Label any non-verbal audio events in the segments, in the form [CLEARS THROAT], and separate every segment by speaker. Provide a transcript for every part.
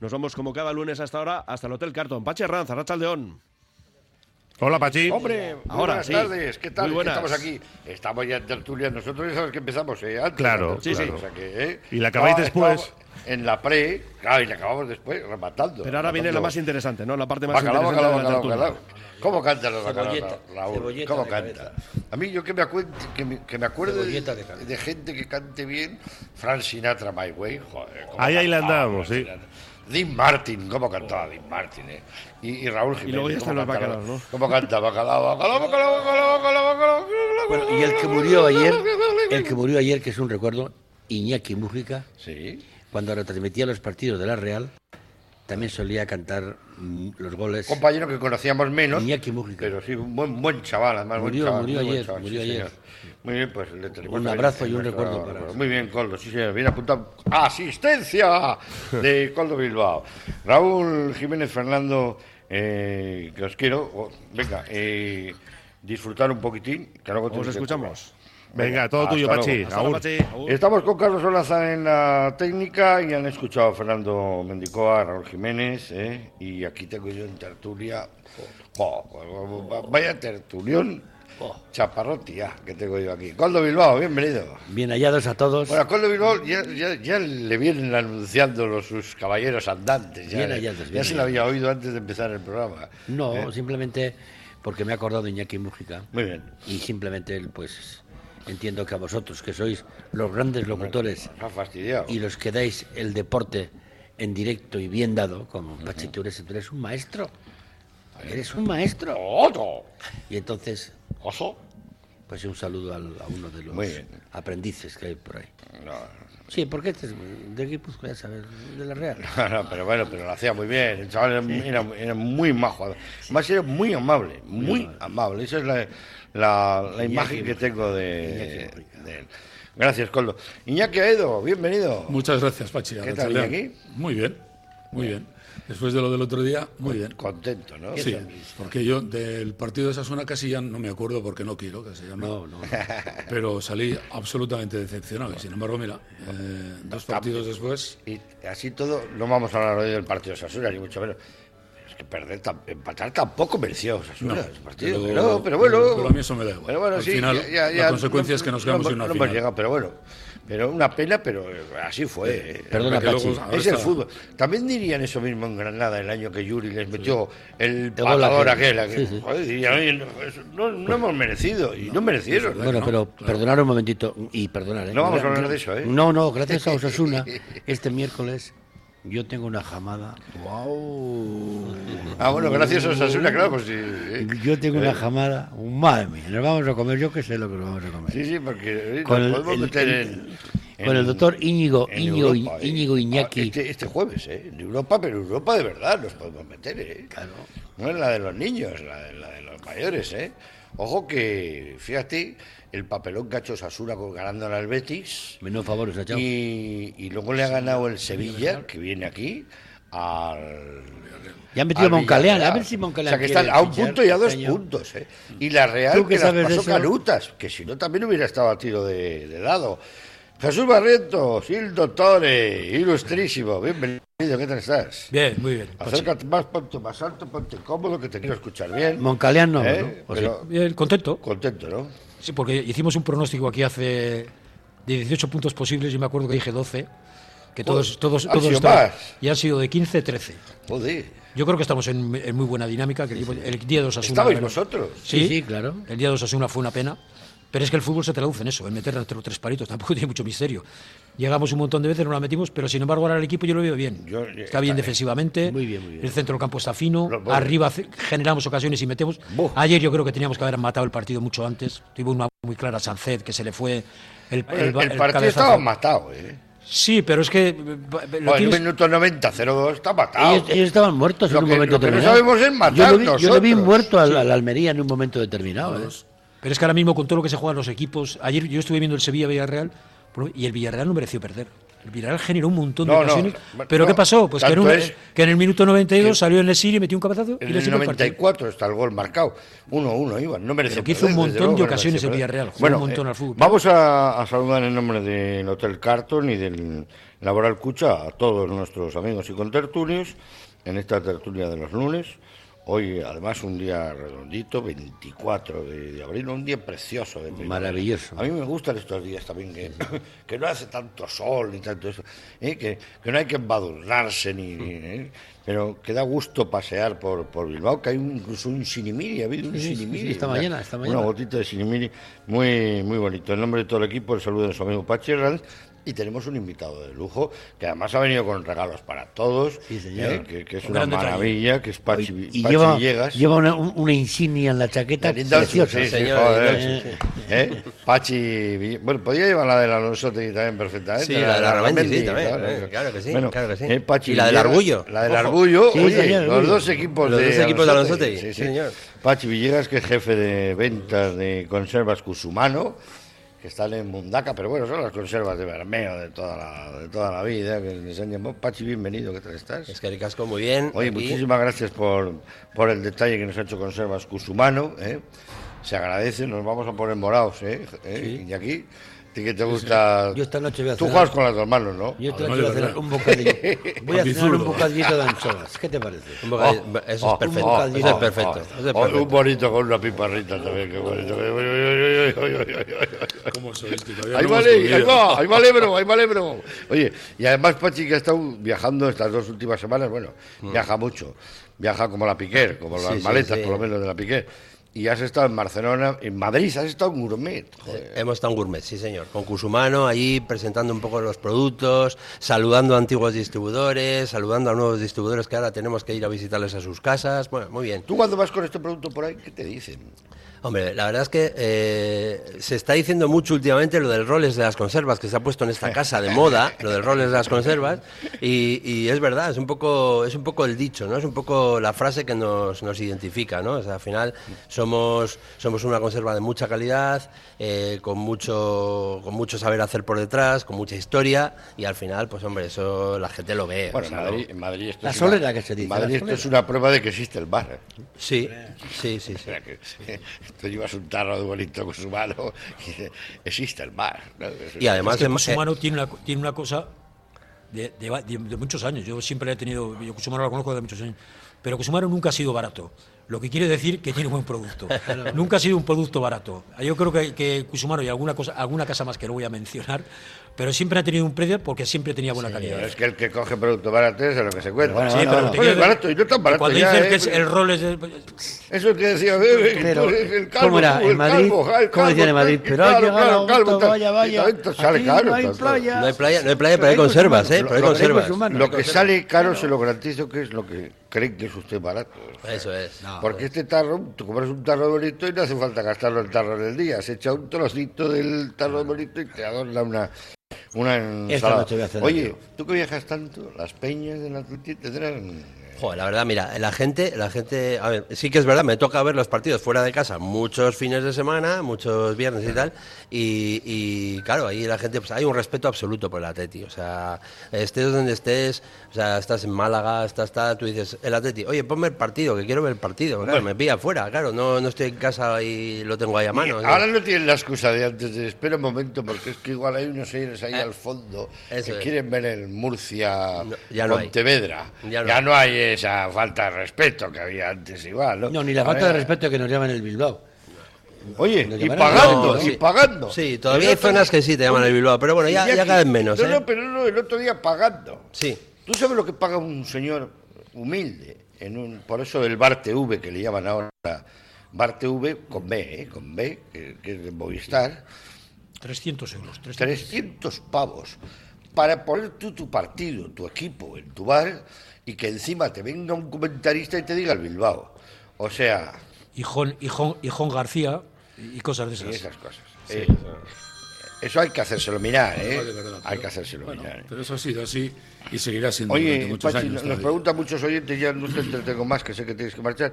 Speaker 1: Nos vamos como cada lunes hasta ahora hasta el Hotel Carton. Pache Herranz, Arrachaldeón.
Speaker 2: Hola, Pachi.
Speaker 3: Hombre, muy
Speaker 1: Ahora,
Speaker 3: buenas
Speaker 1: sí.
Speaker 3: tardes. ¿Qué tal?
Speaker 1: Muy buenas.
Speaker 3: Estamos aquí. Estamos ya en tertulia. Nosotros ya sabes que empezamos, ¿eh? Antes,
Speaker 2: Claro,
Speaker 3: la tertulia,
Speaker 1: sí, sí.
Speaker 3: o sea que, ¿eh?
Speaker 2: Y la acabáis
Speaker 3: Ah,
Speaker 2: después.
Speaker 3: estábamos En la pre, claro, y la acabamos después rematando.
Speaker 1: Pero ahora viene la más interesante, ¿no? La parte más
Speaker 3: Bacalao,
Speaker 1: interesante
Speaker 3: bacalao,
Speaker 1: de la
Speaker 3: bacalao,
Speaker 1: tertulia.
Speaker 3: bacalao. ¿Cómo canta la bacalao,
Speaker 4: Cebolleta,
Speaker 3: Raúl?
Speaker 4: cebolleta
Speaker 3: ¿Cómo
Speaker 4: de
Speaker 3: canta?
Speaker 4: cabeza.
Speaker 3: A mí yo que me, acuerde, que me, que me acuerdo de,
Speaker 4: Cebolleta de cabeza.
Speaker 3: de gente que cante bien, Frank Sinatra, My Way, joder. cómo
Speaker 2: Ahí, ahí la
Speaker 3: cantaba
Speaker 2: andábamos,
Speaker 3: Frank
Speaker 2: sí.
Speaker 3: Sinatra. Dean Martin, cómo cantaba Dean Martin, ¿eh? Y, y Raúl Jiménez.
Speaker 1: luego ya
Speaker 3: cómo
Speaker 1: están los
Speaker 3: cantaba-
Speaker 1: bacalaos, ¿no?
Speaker 3: ¿Cómo canta? Bacalao, bacalao, bacalao, bacalao, bacalao, bacalao.
Speaker 4: Bueno, y el que murió ayer, el que murió ayer, que es un recuerdo, Iñaki Mújica,
Speaker 3: Sí.
Speaker 4: cuando retransmitía los partidos de la Real, también solía cantar mm, los goles.
Speaker 3: compañero que conocíamos menos.
Speaker 4: Iñaki Mújica.
Speaker 3: Pero sí, un buen, buen chaval, además. buen
Speaker 4: Murió-
Speaker 3: chaval,
Speaker 4: murió
Speaker 3: muy buen
Speaker 4: ayer,
Speaker 3: chaval,
Speaker 4: murió
Speaker 3: sí,
Speaker 4: ayer.
Speaker 3: señor. Muy bien, pues le tenemos
Speaker 4: Un
Speaker 3: también
Speaker 4: abrazo
Speaker 3: en
Speaker 4: y un
Speaker 3: nuestro
Speaker 4: recuerdo para
Speaker 3: recuerdo.
Speaker 4: él.
Speaker 3: Muy bien, Coldo, sí, señor. Bien apuntado. ¡Asistencia! De Coldo Bilbao. Raúl Jiménez Fernando, eh, que os quiero. Oh, venga, eh, disfrutar un poquitín. Que luego
Speaker 1: Os
Speaker 3: tenéis que
Speaker 1: escuchamos.
Speaker 2: Venga, todo
Speaker 3: Hasta
Speaker 2: tuyo,
Speaker 3: luego.
Speaker 2: Pachi.
Speaker 1: Hasta ahora,
Speaker 2: Agur.
Speaker 1: Pache. Agur.
Speaker 3: Estamos con Carlos Olaza en la técnica y han escuchado a Fernando Mendicoa, a Raúl Jiménez, ¿eh? y aquí tengo yo en tertulia. Jo, va- vaya tertulión chaparrotia que tengo yo aquí. Coldo Bilbao, bienvenido.
Speaker 4: Bien hallados a todos.
Speaker 3: Bueno, a Coldo Bilbao ya, ya- ya le vienen anunciando los- sus caballeros andantes. Ya,
Speaker 4: Bien hallados,
Speaker 3: ya
Speaker 4: bien
Speaker 3: se lo había oído antes de empezar el programa.
Speaker 4: No,
Speaker 3: ¿eh?
Speaker 4: simplemente porque me he acordado de Iñaki Mújica.
Speaker 3: Muy bien.
Speaker 4: Y simplemente, pues, entiendo que a vosotros, que sois los grandes locutores
Speaker 3: Nos ha fastidiado.
Speaker 4: y los que dais el deporte en directo y bien dado, como Pachi, tú eres, tú eres un maestro. Eres un maestro.
Speaker 3: ¡Otro!
Speaker 4: Y entonces,
Speaker 3: ¿Oso?
Speaker 4: pues un saludo al- a uno de los
Speaker 3: Muy bien.
Speaker 4: aprendices que hay por ahí.
Speaker 3: No,
Speaker 4: Sí, porque este es de Guipúzcoa, ya sabes, de la Real.
Speaker 3: No, [LAUGHS] no, pero bueno, pero lo hacía muy bien. El chaval era, era- era muy majo. Además, era muy amable, muy amable. Esa es la, la- la imagen que tengo de, de él. Gracias, Coldo. Iñaki Aedo, bienvenido.
Speaker 5: Muchas gracias, Pachi.
Speaker 3: tal,
Speaker 5: Arratsaldeon.
Speaker 3: Iñaki?
Speaker 5: Muy bien, muy bien. Después de lo del otro día, muy bien.
Speaker 3: Contento, ¿no?
Speaker 5: Sí, porque yo del partido de Sasuna casi ya no me acuerdo porque no quiero, casi ya no. [LAUGHS] Pero salí absolutamente decepcionado. Y sin embargo, mira, eh, dos partidos después,
Speaker 3: Y así todo, no vamos a hablar hoy del partido de Sasura, ni mucho menos. Es que perder, tam- empatar tampoco mereció Sasura
Speaker 5: No,
Speaker 3: ese partido.
Speaker 5: pero-
Speaker 3: Pero, pero bueno.
Speaker 5: pero a mí eso me da igual.
Speaker 3: Pero bueno,
Speaker 5: Al
Speaker 3: sí,
Speaker 5: final,
Speaker 3: ya- ya-
Speaker 5: la
Speaker 3: ya-
Speaker 5: consecuencia es que nos quedamos
Speaker 3: no,
Speaker 5: en una
Speaker 3: no
Speaker 5: final.
Speaker 3: hemos llegado, pero bueno. Pero una pena, pero eh, así fue. eh.
Speaker 4: Perdona,
Speaker 5: Porque
Speaker 4: Pachi.
Speaker 5: luego- ahora
Speaker 3: es el
Speaker 5: está-
Speaker 3: fútbol. También dirían eso mismo en Granada el año que Yuri les metió el
Speaker 4: El gol
Speaker 3: patador aquel.
Speaker 4: aquel.
Speaker 3: aquel. Joder, dirían, "Oye, no, eso no, no hemos merecido y no, merecieron.
Speaker 4: Bueno,
Speaker 5: no,
Speaker 4: pero perdonar un momentito y perdonar. ¿eh?
Speaker 3: No vamos a
Speaker 4: Gra-
Speaker 3: hablar de eso, ¿eh?
Speaker 4: No, no, gracias a
Speaker 3: [LAUGHS]
Speaker 4: Osasuna, este miércoles yo tengo una jamada.
Speaker 3: Ah, bueno, gracias a Osasuna, claro, pues sí. eh.
Speaker 4: Yo tengo una jamada. Madre mía, nos vamos a comer, yo que sé lo que nos vamos a comer.
Speaker 3: Sí, sí, porque eh,
Speaker 4: Con
Speaker 3: nos
Speaker 4: el-
Speaker 3: podemos
Speaker 4: el-
Speaker 3: meter
Speaker 4: el-
Speaker 3: en-
Speaker 4: con el doctor Íñigo-
Speaker 3: en
Speaker 4: Íñigo-
Speaker 3: Europa, eh.
Speaker 4: Íñigo Iñaki.
Speaker 3: Ah, Este, este jueves, ¿eh? En Europa, pero Europa de verdad nos podemos meter, ¿eh? Claro. No es la de los niños, la de, la de los mayores, ¿eh? Ojo que, fíjate, el papelón que ha hecho Sasuna con- ganándole al Betis.
Speaker 4: Menos favores, achao.
Speaker 3: Y, y luego le ha ganado el Sevilla, que viene aquí, al.
Speaker 4: Ya han metido
Speaker 3: al
Speaker 4: a Moncaleán,
Speaker 3: Villarreal.
Speaker 4: a ver si Moncaleán
Speaker 3: O sea, que están
Speaker 4: quiere
Speaker 3: a un
Speaker 4: fichar,
Speaker 3: punto y a dos
Speaker 4: señor.
Speaker 3: puntos. ¿eh? Y la Real,
Speaker 4: ¿Tú
Speaker 3: que
Speaker 4: qué
Speaker 3: las
Speaker 4: sabes de
Speaker 3: pasó
Speaker 4: eso?
Speaker 3: canutas, que si no también hubiera estado a tiro de, de dado. Jesús Barrientos, il doctore, ilustrísimo, bienvenido, ¿qué tal estás?
Speaker 6: Bien, muy bien.
Speaker 4: Pues
Speaker 6: Pachi.
Speaker 3: Acércate más, ponte más alto, ponte cómodo, que te quiero escuchar bien.
Speaker 4: Moncaleán no,
Speaker 3: ¿eh?
Speaker 4: ¿no? O
Speaker 3: Pero
Speaker 6: Bien, contento.
Speaker 3: contento, ¿no?
Speaker 6: Sí, porque hicimos un pronóstico aquí hace de 18 puntos posibles, yo me acuerdo que dije 12, que todos, todos,
Speaker 3: han
Speaker 6: todos
Speaker 3: sido
Speaker 6: estaban-
Speaker 3: más.
Speaker 6: y han sido de 15, 13.
Speaker 3: Joder,
Speaker 6: Yo creo que estamos en, en muy buena dinámica, que el, equipo- el día de Osasuna...
Speaker 3: estabais
Speaker 6: bueno,
Speaker 3: vosotros.
Speaker 6: Sí,
Speaker 4: Sí, sí, claro.
Speaker 6: El día de Osasuna fue una pena, pero es que el fútbol se traduce en eso, en meter entre los tres palitos, tampoco [LAUGHS] tiene mucho misterio. Llegamos un montón de veces, no la metimos, pero sin embargo ahora el equipo yo lo veo bien.
Speaker 3: Yo-
Speaker 6: está bien
Speaker 3: eh,
Speaker 6: defensivamente,
Speaker 4: muy bien, muy bien.
Speaker 6: el centro del campo está fino,
Speaker 3: Lo-
Speaker 6: arriba ce- generamos ocasiones y metemos.
Speaker 3: Buh.
Speaker 6: Ayer yo creo que teníamos que haber matado el partido mucho antes, tuvo una muy clara Sancet que se le fue el,
Speaker 3: El,
Speaker 6: el-
Speaker 3: el
Speaker 6: el
Speaker 3: partido
Speaker 6: cabezazo.
Speaker 3: estaba matado, ¿eh?
Speaker 6: Sí, pero es que... eh, ba- lo
Speaker 3: Joder, el
Speaker 6: tienes-
Speaker 3: minuto 90, 0-2, está matado.
Speaker 4: Ellos, ellos estaban muertos
Speaker 3: Lo
Speaker 4: en un
Speaker 3: que-
Speaker 4: momento
Speaker 3: lo que no
Speaker 4: determinado.
Speaker 3: sabemos es
Speaker 4: yo,
Speaker 3: matar
Speaker 4: lo vi, yo lo vi
Speaker 3: nosotros.
Speaker 4: muerto al, al Almería en un momento determinado. ¿eh?
Speaker 6: Pero es que ahora mismo con todo lo que se juegan los equipos, ayer yo estuve viendo el Sevilla Villarreal y el Villarreal no mereció perder. El Villarreal generó un montón de
Speaker 3: No, no,
Speaker 6: ocasiones.
Speaker 3: no,
Speaker 6: pero
Speaker 3: no,
Speaker 6: ¿qué pasó? Pues que en,
Speaker 3: tanto
Speaker 6: un-
Speaker 3: es
Speaker 6: que en el minuto 92 salió en el Siri, metió un cabezazo y
Speaker 3: En
Speaker 6: le
Speaker 3: el
Speaker 6: sacó el partido.
Speaker 3: 94 está el gol marcado. 1-1 iban. No merece
Speaker 6: Pero que hizo un
Speaker 3: perder, desde
Speaker 6: montón
Speaker 3: luego
Speaker 6: de
Speaker 3: que no
Speaker 6: ocasiones
Speaker 3: merece
Speaker 6: el
Speaker 3: perder.
Speaker 6: Villarreal, jugó
Speaker 3: Bueno,
Speaker 6: un montón
Speaker 3: eh,
Speaker 6: al fútbol.
Speaker 3: Vamos a, a saludar en nombre del Hotel Carton y del Laboral Cucha a todos nuestros amigos y contertulios en esta tertulia de los lunes. Hoy, además, un día redondito, 24 de, de abril, un día precioso de primavera.
Speaker 4: Maravilloso.
Speaker 3: A mí me gustan estos días también, que, [LAUGHS] que no hace tanto sol ni tanto eso, ¿eh? que, que no hay que embadurnarse, ni, ni-
Speaker 4: Mm.
Speaker 3: ¿eh? pero que da gusto pasear por, por Bilbao, que hay un- incluso un sinimiri, ha habido un
Speaker 4: Sí, sí, sí, sí,
Speaker 3: sinimiri.
Speaker 4: esta
Speaker 3: una-
Speaker 4: mañana, esta mañana.
Speaker 3: Una gotita de sinimiri muy, muy bonito. En nombre de todo el equipo, el saludo de su amigo Pachi Herranz. Y tenemos un invitado de lujo que además ha venido con regalos para todos,
Speaker 4: Sí, señor.
Speaker 3: ¿eh? que, que es
Speaker 6: Un
Speaker 3: una
Speaker 6: gran detalle.
Speaker 3: maravilla, que es Pachi,
Speaker 4: Y
Speaker 3: Pachi
Speaker 4: lleva,
Speaker 3: Villegas.
Speaker 4: lleva una, un- una insignia en la chaqueta
Speaker 3: Linda,
Speaker 4: preciosa.
Speaker 3: sí, sí,
Speaker 4: señor.
Speaker 3: joder,
Speaker 4: Eh,
Speaker 3: sí, sí. ¿Eh? Pachi. Vill- Bueno, podía llevar la del Alonso también perfectamente.
Speaker 7: Sí, la de la Ramendi,
Speaker 3: Ramendi,
Speaker 7: sí, también, eh, claro que sí, claro que sí.
Speaker 3: eh, Pachi
Speaker 7: Y la del
Speaker 3: Villegas,
Speaker 7: Argullo.
Speaker 3: La del
Speaker 7: Ojo.
Speaker 3: Argullo.
Speaker 4: Sí,
Speaker 3: oye,
Speaker 4: señor,
Speaker 3: los
Speaker 4: Argullo.
Speaker 3: dos equipos
Speaker 7: Los
Speaker 3: de
Speaker 7: dos equipos de
Speaker 3: Alonsotegi,
Speaker 7: Alonsotegi, sí, señor.
Speaker 3: Pachi Villegas, que es jefe de ventas de conservas Cusumano, que están en Mundaca, pero bueno, son las conservas de Bermeo de toda la, de toda la vida, que les han llamado. Pachi, bienvenido, ¿qué tal estás?
Speaker 7: Es que el casco muy bien.
Speaker 3: Oye,
Speaker 7: aquí.
Speaker 3: muchísimas gracias por, por el detalle que nos ha hecho Conservas Cusumano. ¿eh? Se agradece, nos vamos a poner morados. ¿eh? ¿Eh? Y aquí, ¿a ti que te gusta.
Speaker 4: Yo esta noche voy a
Speaker 3: Tú
Speaker 4: cenar.
Speaker 3: juegas con las dos manos, ¿no?
Speaker 4: Yo te
Speaker 5: Además
Speaker 4: voy a
Speaker 5: de
Speaker 4: cenar
Speaker 5: verdad.
Speaker 4: un bocadillo.
Speaker 3: [LAUGHS]
Speaker 4: Voy a cenar un
Speaker 5: Bifurdo.
Speaker 4: bocadillito de anchoas. ¿Qué te parece?
Speaker 7: Un bocadillo- eso es
Speaker 3: oh,
Speaker 7: perfecto.
Speaker 3: oh,
Speaker 7: eso es
Speaker 3: oh,
Speaker 7: perfecto.
Speaker 3: oh,
Speaker 7: eso es
Speaker 3: oh,
Speaker 7: perfecto.
Speaker 3: un bonito con una piparrita también, qué bonito. Uy, uy, uy, uy, uy, uy, uy, uy.
Speaker 5: ¿Cómo sois? Que todavía
Speaker 3: Ahí
Speaker 5: no hemos
Speaker 3: vale,
Speaker 5: comido.
Speaker 3: ahí va, ahí vale, bro, ahí vale, bro. Oye, y además Pachi que ha estado viajando estas dos últimas semanas, bueno, viaja mucho, viaja como la Piquer, como las
Speaker 7: Sí, sí,
Speaker 3: maletas
Speaker 7: sí.
Speaker 3: por lo menos de la Piquer. Y has estado en Barcelona, en Madrid, has estado en Gourmet. joder.
Speaker 7: Eh, Hemos estado en Gourmet, sí señor, con Cusumano allí presentando un poco los productos, saludando a antiguos distribuidores, saludando a nuevos distribuidores que ahora tenemos que ir a visitarles a sus casas. Bueno, muy bien.
Speaker 3: Tú cuando vas con este producto por ahí, ¿qué te dicen?
Speaker 7: Hombre, la verdad es que eh, se está diciendo mucho últimamente lo del roles de las conservas, que se ha puesto en esta casa de moda, lo del roles de las conservas, y, y es verdad, es un poco es un poco el dicho, ¿no? Es un poco la frase que nos, nos identifica, ¿no? O sea, al final somos, somos una conserva de mucha calidad, eh, con, mucho, con mucho saber hacer por detrás, con mucha historia, y al final, pues hombre, eso la gente lo ve. o
Speaker 3: Bueno, en
Speaker 7: sea,
Speaker 3: Madrid, en Madrid esto
Speaker 4: La
Speaker 3: es
Speaker 4: solera
Speaker 3: una,
Speaker 4: que se dice,
Speaker 3: en Madrid
Speaker 4: la
Speaker 3: esto es una prueba de que existe el bar. ¿eh?
Speaker 7: Sí, sí, sí, sí.
Speaker 3: Espera que [LAUGHS] tú llevas un tarro de bonito con su mano y dice, existe el bar. ¿no?
Speaker 7: Y además... eh,
Speaker 6: Es que
Speaker 7: en-
Speaker 3: eh.
Speaker 6: Cusumano tiene, una, tiene una cosa de, de va- de- de muchos años. Yo siempre he tenido. Yo Cusumano lo conozco desde muchos años. Pero Cusumano nunca ha sido barato. Lo que quiere decir que tiene
Speaker 3: [LAUGHS]
Speaker 6: buen producto. Nunca ha sido un producto barato. Yo creo que, que Cusumano y alguna, cosa, alguna casa más que no voy a mencionar, pero siempre ha tenido un precio porque siempre tenía buena calidad.
Speaker 3: Pero es que el que coge producto barato es de lo que se cuenta.
Speaker 6: Sí, pero
Speaker 3: Bueno,
Speaker 6: tenía-
Speaker 3: es barato y no tan barato.
Speaker 6: Cuando
Speaker 3: ya,
Speaker 6: dicen
Speaker 3: ¿eh?
Speaker 6: que es el rol es. de- pues,
Speaker 3: Eso es que decía, eh, eh,
Speaker 4: Pero,
Speaker 3: tú eres el calvo,
Speaker 4: ¿cómo era?
Speaker 3: tú, el
Speaker 4: En Madrid,
Speaker 3: calvo, ja, el
Speaker 4: ¿cómo decían en
Speaker 3: calvo,
Speaker 4: Madrid?
Speaker 3: tal,
Speaker 4: Pero ha
Speaker 3: claro,
Speaker 4: llegado
Speaker 3: claro,
Speaker 4: Augusto,
Speaker 3: calvo, tal.
Speaker 4: vaya, vaya.
Speaker 3: Y esto sale
Speaker 4: Aquí
Speaker 3: caro,
Speaker 4: no hay
Speaker 3: tal, tal.
Speaker 4: playa.
Speaker 7: No hay playa, no hay playa, pero hay conservas, ¿eh?
Speaker 3: Lo-
Speaker 7: Pero hay
Speaker 3: lo que tengo
Speaker 7: conservas.
Speaker 4: es humano.
Speaker 3: Lo que sale caro se lo garantizo que es lo que creen que es usted barato.
Speaker 7: Pues
Speaker 6: Pues
Speaker 7: Eso es.
Speaker 3: Porque este tarro, tú compras un tarro bonito y no hace falta gastarlo el tarro del día. Se echa un trocito del tarro bonito y te adorna una, una ensalada.
Speaker 4: noche voy a hacer
Speaker 3: Oye,
Speaker 4: aquello.
Speaker 3: tú que viajas tanto, las peñas de la Atleti tendrán...
Speaker 7: Joder, la verdad, mira, la gente, la gente, a ver, sí que es verdad, me toca ver los partidos fuera de casa muchos fines de semana, muchos viernes y tal, y, y, claro, ahí la gente, pues hay un respeto absoluto por el Atleti, o sea, estés donde estés, o sea, estás en Málaga, estás, tal, tú dices, el Atleti, oye, ponme el partido, que quiero ver el partido, claro, me pilla afuera, claro, no, no estoy en casa y lo tengo ahí a mano. ¿eh? o sea.
Speaker 3: Ahora no tienen la excusa de antes de espera un momento, porque es que igual hay unos señores ahí al fondo
Speaker 7: Eh, eso
Speaker 3: que
Speaker 7: es.
Speaker 3: quieren ver el Murcia
Speaker 7: No, ya no hay.
Speaker 3: Montevedra. Ya,
Speaker 7: Ya
Speaker 3: no,
Speaker 7: no
Speaker 3: hay esa falta de respeto que había antes igual, ¿no?
Speaker 4: No, ni la
Speaker 3: A
Speaker 4: falta de
Speaker 3: ver,
Speaker 4: respeto que nos llaman el Bilbao.
Speaker 3: Oye,
Speaker 4: Nos
Speaker 3: y
Speaker 4: llamaron.
Speaker 3: pagando,
Speaker 7: No,
Speaker 3: y
Speaker 7: sí.
Speaker 3: pagando.
Speaker 7: Sí, todavía hay zonas que sí te llaman el Bilbao, pero bueno, ya,
Speaker 3: Iñaki,
Speaker 7: ya cada vez menos,
Speaker 3: No,
Speaker 7: ¿eh?
Speaker 3: no, pero no, el otro día pagando.
Speaker 7: Sí.
Speaker 3: ¿Tú sabes lo que paga un señor humilde? En un, por eso el Bar TV, que le llaman ahora Bar TV con B, ¿eh? con B, que, que es de Movistar,
Speaker 6: 300 euros. 300.
Speaker 3: 300 pavos para poner tú tu partido, tu equipo en tu bar y que encima te venga un comentarista y te diga el Bilbao. O sea,
Speaker 6: Y Jon- y Jon- y Jon García y cosas de
Speaker 3: y
Speaker 6: esas.
Speaker 3: esas cosas. Eh, eso hay que hacérselo mirar, ¿eh?
Speaker 5: de verdad,
Speaker 3: hay
Speaker 5: pero-
Speaker 3: que hacérselo
Speaker 5: Bueno,
Speaker 3: mirar.
Speaker 5: pero eso ha sido así y seguirá siendo durante
Speaker 3: Oye,
Speaker 5: muchos
Speaker 3: Pachi,
Speaker 5: años.
Speaker 3: nos
Speaker 5: todavía.
Speaker 3: preguntan muchos oyentes, ya no te entretengo más, que sé que tienes que marchar.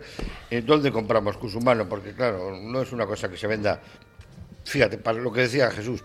Speaker 3: eh, ¿Dónde compramos Cusumano? Porque, claro, no es una cosa que se venda. Fíjate, para lo que decía Jesús,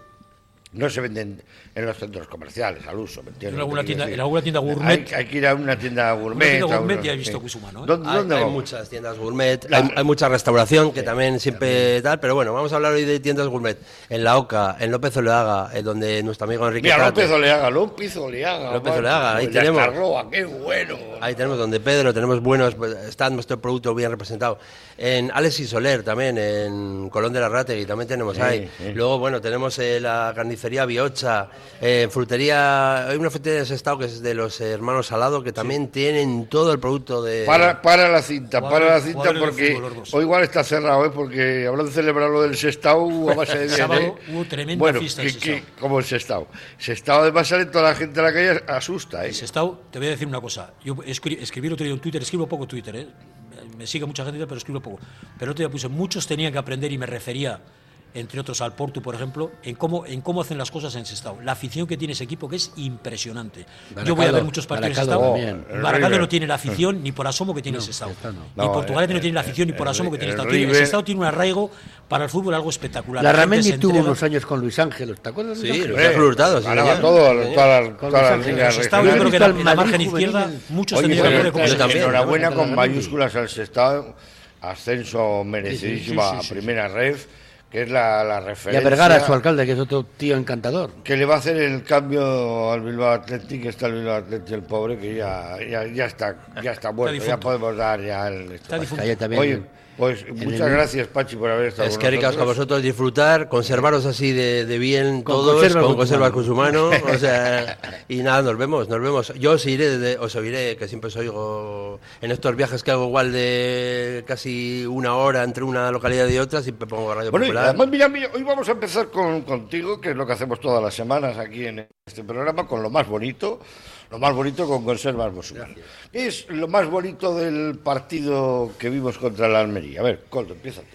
Speaker 3: no se venden en los centros comerciales al uso, ¿me entiendes?
Speaker 6: En alguna
Speaker 3: Lo que quiero
Speaker 6: tienda-
Speaker 3: decir?
Speaker 6: en alguna tienda gourmet.
Speaker 3: Hay, hay que ir a una tienda gourmet.
Speaker 6: tienda
Speaker 3: a
Speaker 6: gourmet
Speaker 3: una-
Speaker 6: ya he visto
Speaker 3: sí.
Speaker 6: Cusumano, ¿eh?
Speaker 3: ¿Dónde,
Speaker 7: Hay,
Speaker 3: dónde
Speaker 7: hay
Speaker 3: vamos?
Speaker 7: muchas tiendas gourmet, hay, hay mucha restauración que también siempre tal, pero bueno, vamos a hablar hoy de tiendas gourmet. En La Oca, en López Oleaga, eh, donde nuestro amigo Enrique
Speaker 3: Mira,
Speaker 7: Prado-
Speaker 3: López Oleaga, López Oleaga. Pues
Speaker 7: López
Speaker 3: macho,
Speaker 7: Oleaga, ahí
Speaker 3: la
Speaker 7: tenemos.
Speaker 3: Tarroa, qué bueno.
Speaker 7: Ahí tenemos donde Pedro, tenemos buenos, está nuestro producto bien representado. En Alex y Soler también, en Colón de la Rategui también tenemos ahí. Luego, bueno, tenemos eh, la carnicería Biocha, eh, frutería, hay una frutería de Sestao que es de los hermanos Salado que también tienen todo el producto de...
Speaker 3: Para, para la cinta,
Speaker 6: Cuadro-
Speaker 3: para la cinta
Speaker 6: cuadro de
Speaker 3: porque
Speaker 6: fútbol, Orbos.
Speaker 3: o igual está cerrado, ¿eh? porque habrán celebrado del
Speaker 6: [LAUGHS]
Speaker 3: Sestao a base de
Speaker 6: El
Speaker 3: bien,
Speaker 6: sábado
Speaker 3: ¿eh?
Speaker 6: hubo tremenda
Speaker 3: bueno,
Speaker 6: fiesta en
Speaker 3: que- que-
Speaker 6: Sestao.
Speaker 3: como en Sestao. Sestao además sale toda la gente a la calle asusta, ¿eh?
Speaker 6: En Sestao, te voy a decir una cosa. Yo escri- escribí el otro día en Twitter, escribo poco Twitter, ¿eh? me sigue mucha gente, pero escribo poco. Pero el otro día puse, muchos tenían que aprender y me refería, entre otros, al Porto, por ejemplo, en cómo, en cómo hacen las cosas en Sestao. La afición que tiene ese equipo que es impresionante. Yo voy
Speaker 4: Baracaldo,
Speaker 6: a ver muchos partidos en
Speaker 4: Baracaldo
Speaker 6: Sestao.
Speaker 4: también.
Speaker 3: El
Speaker 6: Baracaldo
Speaker 3: River. Mm.
Speaker 6: no tiene la afición ni por asomo que tiene Sestao. Ni
Speaker 3: No,
Speaker 6: Portugal no
Speaker 3: el-
Speaker 6: tiene la afición ni por
Speaker 3: el-
Speaker 6: asomo que tiene
Speaker 3: el
Speaker 6: Sestao. Tiene-
Speaker 3: River-
Speaker 6: Sestao tiene un arraigo para el fútbol algo espectacular.
Speaker 8: La
Speaker 6: gente se
Speaker 8: Ramendi tuvo
Speaker 6: entrega-
Speaker 8: unos años con Luis Ángel, ¿te acuerdas? de Luis
Speaker 7: Sí,
Speaker 8: Ángel?
Speaker 7: los has Hurtado, sí,
Speaker 3: Ganaba
Speaker 7: señor.
Speaker 3: todo, todas las-
Speaker 8: Con
Speaker 3: todas las
Speaker 8: Luis Ángel.
Speaker 3: ligas
Speaker 8: Los
Speaker 6: Sestao, yo
Speaker 8: He
Speaker 6: creo
Speaker 3: regionales.
Speaker 6: que
Speaker 8: visto
Speaker 6: la,
Speaker 8: al
Speaker 6: en la margen
Speaker 8: Madrid juvenil
Speaker 6: izquierda
Speaker 8: en-
Speaker 6: muchos
Speaker 3: Oye,
Speaker 6: tendrían que aprender
Speaker 3: pero
Speaker 6: cómo se
Speaker 7: yo
Speaker 6: hace.
Speaker 7: también. ¿eh?
Speaker 3: enhorabuena con
Speaker 8: Ganaba
Speaker 3: mayúsculas al Sestao, ascenso merecidísimo a primera red, que es la, la
Speaker 8: Y
Speaker 3: referencia.
Speaker 8: a Vergara, su alcalde, que es otro tío encantador.
Speaker 3: que le va a hacer el cambio al Bilbao Athletic, que está el Bilbao Athletic el pobre, que ya, ya, ya está, ya está muerto, ya
Speaker 6: difunto.
Speaker 3: podemos dar ya el esto.
Speaker 6: Está difunto.
Speaker 8: Calla también.
Speaker 3: Oye, pues muchas gracias Pachi por haber estado
Speaker 7: Es
Speaker 3: con
Speaker 7: que ricas a
Speaker 3: nosotros.
Speaker 7: vosotros disfrutar, conservaros así de, de bien
Speaker 8: Con
Speaker 7: todos,
Speaker 8: conserva
Speaker 7: con
Speaker 8: con
Speaker 7: conserva con
Speaker 8: tu
Speaker 7: su
Speaker 3: [LAUGHS]
Speaker 7: mano. O sea, y nada, nos vemos, nos vemos. Yo os iré, de- os oiré, que siempre os oigo en estos viajes que hago igual de casi una hora entre una localidad y otra, siempre pongo radio
Speaker 3: Bueno, y
Speaker 7: popular.
Speaker 3: además, mira, mira, hoy vamos a empezar con, contigo, que es lo que hacemos todas las semanas aquí en este programa, con lo más bonito, lo más bonito con Conservas Bosumán. Es lo más bonito del partido que vimos contra la Almería. A ver, Coldo, empieza tú.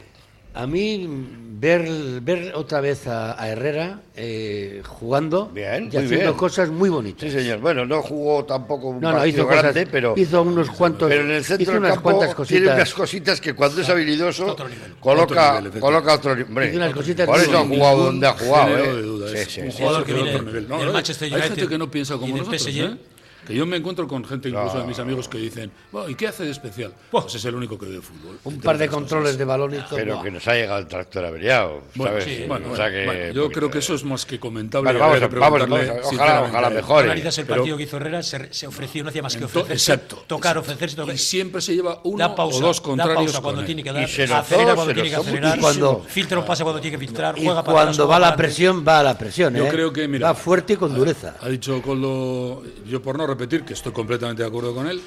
Speaker 8: A mí mm, ver, ver otra vez a, a Herrera eh, jugando
Speaker 3: Bien,
Speaker 8: y
Speaker 3: muy
Speaker 8: haciendo
Speaker 3: bien.
Speaker 8: cosas muy bonitas.
Speaker 3: Sí, señor. Bueno, no jugó tampoco un
Speaker 8: Pues No, no,
Speaker 3: partido
Speaker 8: hizo
Speaker 3: grande,
Speaker 8: cosas,
Speaker 3: pero...
Speaker 8: hizo unos cuantos,
Speaker 3: Pero en el
Speaker 8: hizo
Speaker 3: centro del
Speaker 8: unas
Speaker 3: campo
Speaker 8: cuantas
Speaker 3: tiene
Speaker 8: cositas.
Speaker 3: unas cositas que cuando es habilidoso
Speaker 6: otro nivel.
Speaker 3: coloca
Speaker 5: Otro
Speaker 3: otro
Speaker 5: nivel,
Speaker 3: nivel.
Speaker 5: efectivamente.
Speaker 3: Coloca otro nivel. Hombre,
Speaker 8: Tiene unas cositas
Speaker 3: por eso ha
Speaker 8: muy bien.
Speaker 3: jugado donde ha jugado.
Speaker 5: Género
Speaker 3: ¿eh?
Speaker 5: de duda, es
Speaker 3: Sí, sí,
Speaker 5: un
Speaker 3: sí.
Speaker 5: jugador
Speaker 6: que
Speaker 5: de
Speaker 6: viene
Speaker 5: otro nivel.
Speaker 6: del
Speaker 5: hay-
Speaker 6: Manchester
Speaker 5: Hay
Speaker 6: United
Speaker 5: gente que no piensa
Speaker 6: y
Speaker 5: como
Speaker 6: del
Speaker 5: nosotros,
Speaker 6: PSG.
Speaker 5: ¿eh? Que yo me encuentro con gente, incluso de mis amigos, que dicen, "Bueno, ¿y qué hace de especial? Pues es el único que ve fútbol.
Speaker 8: un par de controles de balón y todo.
Speaker 3: Ah, Pero
Speaker 8: Buah.
Speaker 3: que nos ha llegado el tractor averiado,
Speaker 5: Bueno,
Speaker 3: ¿sabes?
Speaker 5: sí, bueno,
Speaker 3: O sea
Speaker 5: bueno, bueno, yo
Speaker 3: poquito
Speaker 5: creo que
Speaker 3: de-
Speaker 5: eso es más que comentable.
Speaker 3: Bueno,
Speaker 5: y habría
Speaker 3: vamos, a-
Speaker 5: que
Speaker 3: vamos,
Speaker 5: preguntarle
Speaker 3: vamos, ojalá,
Speaker 5: sinceramente
Speaker 3: ojalá
Speaker 5: a él.
Speaker 3: mejor.
Speaker 6: analizas el partido que hizo Herrera, se, re- se ofreció, no hacía más que
Speaker 5: Entonces,
Speaker 6: ofrecerse,
Speaker 5: exacto,
Speaker 6: tocar,
Speaker 5: exacto.
Speaker 6: ofrecerse, tocar.
Speaker 5: Y siempre se lleva uno
Speaker 6: da pausa,
Speaker 5: o dos
Speaker 6: da
Speaker 5: contrarios
Speaker 6: pausa
Speaker 5: con
Speaker 6: cuando
Speaker 5: él.
Speaker 6: tiene que dar,
Speaker 3: Y se notó,
Speaker 6: acelera
Speaker 3: se
Speaker 6: cuando tiene que
Speaker 3: notó
Speaker 6: acelerar,
Speaker 8: muchísimo.
Speaker 6: cuando- filtra un pase cuando tiene que filtrar,
Speaker 8: Y
Speaker 6: juega para atrás,
Speaker 8: cuando
Speaker 6: juega
Speaker 8: va la
Speaker 6: para adelante.
Speaker 8: presión, va la presión.
Speaker 5: Yo
Speaker 8: ¿eh?
Speaker 5: creo que, mira,
Speaker 8: va fuerte y con dureza.
Speaker 5: Ha dicho Coldo, yo por no repetir, que estoy completamente de acuerdo con él,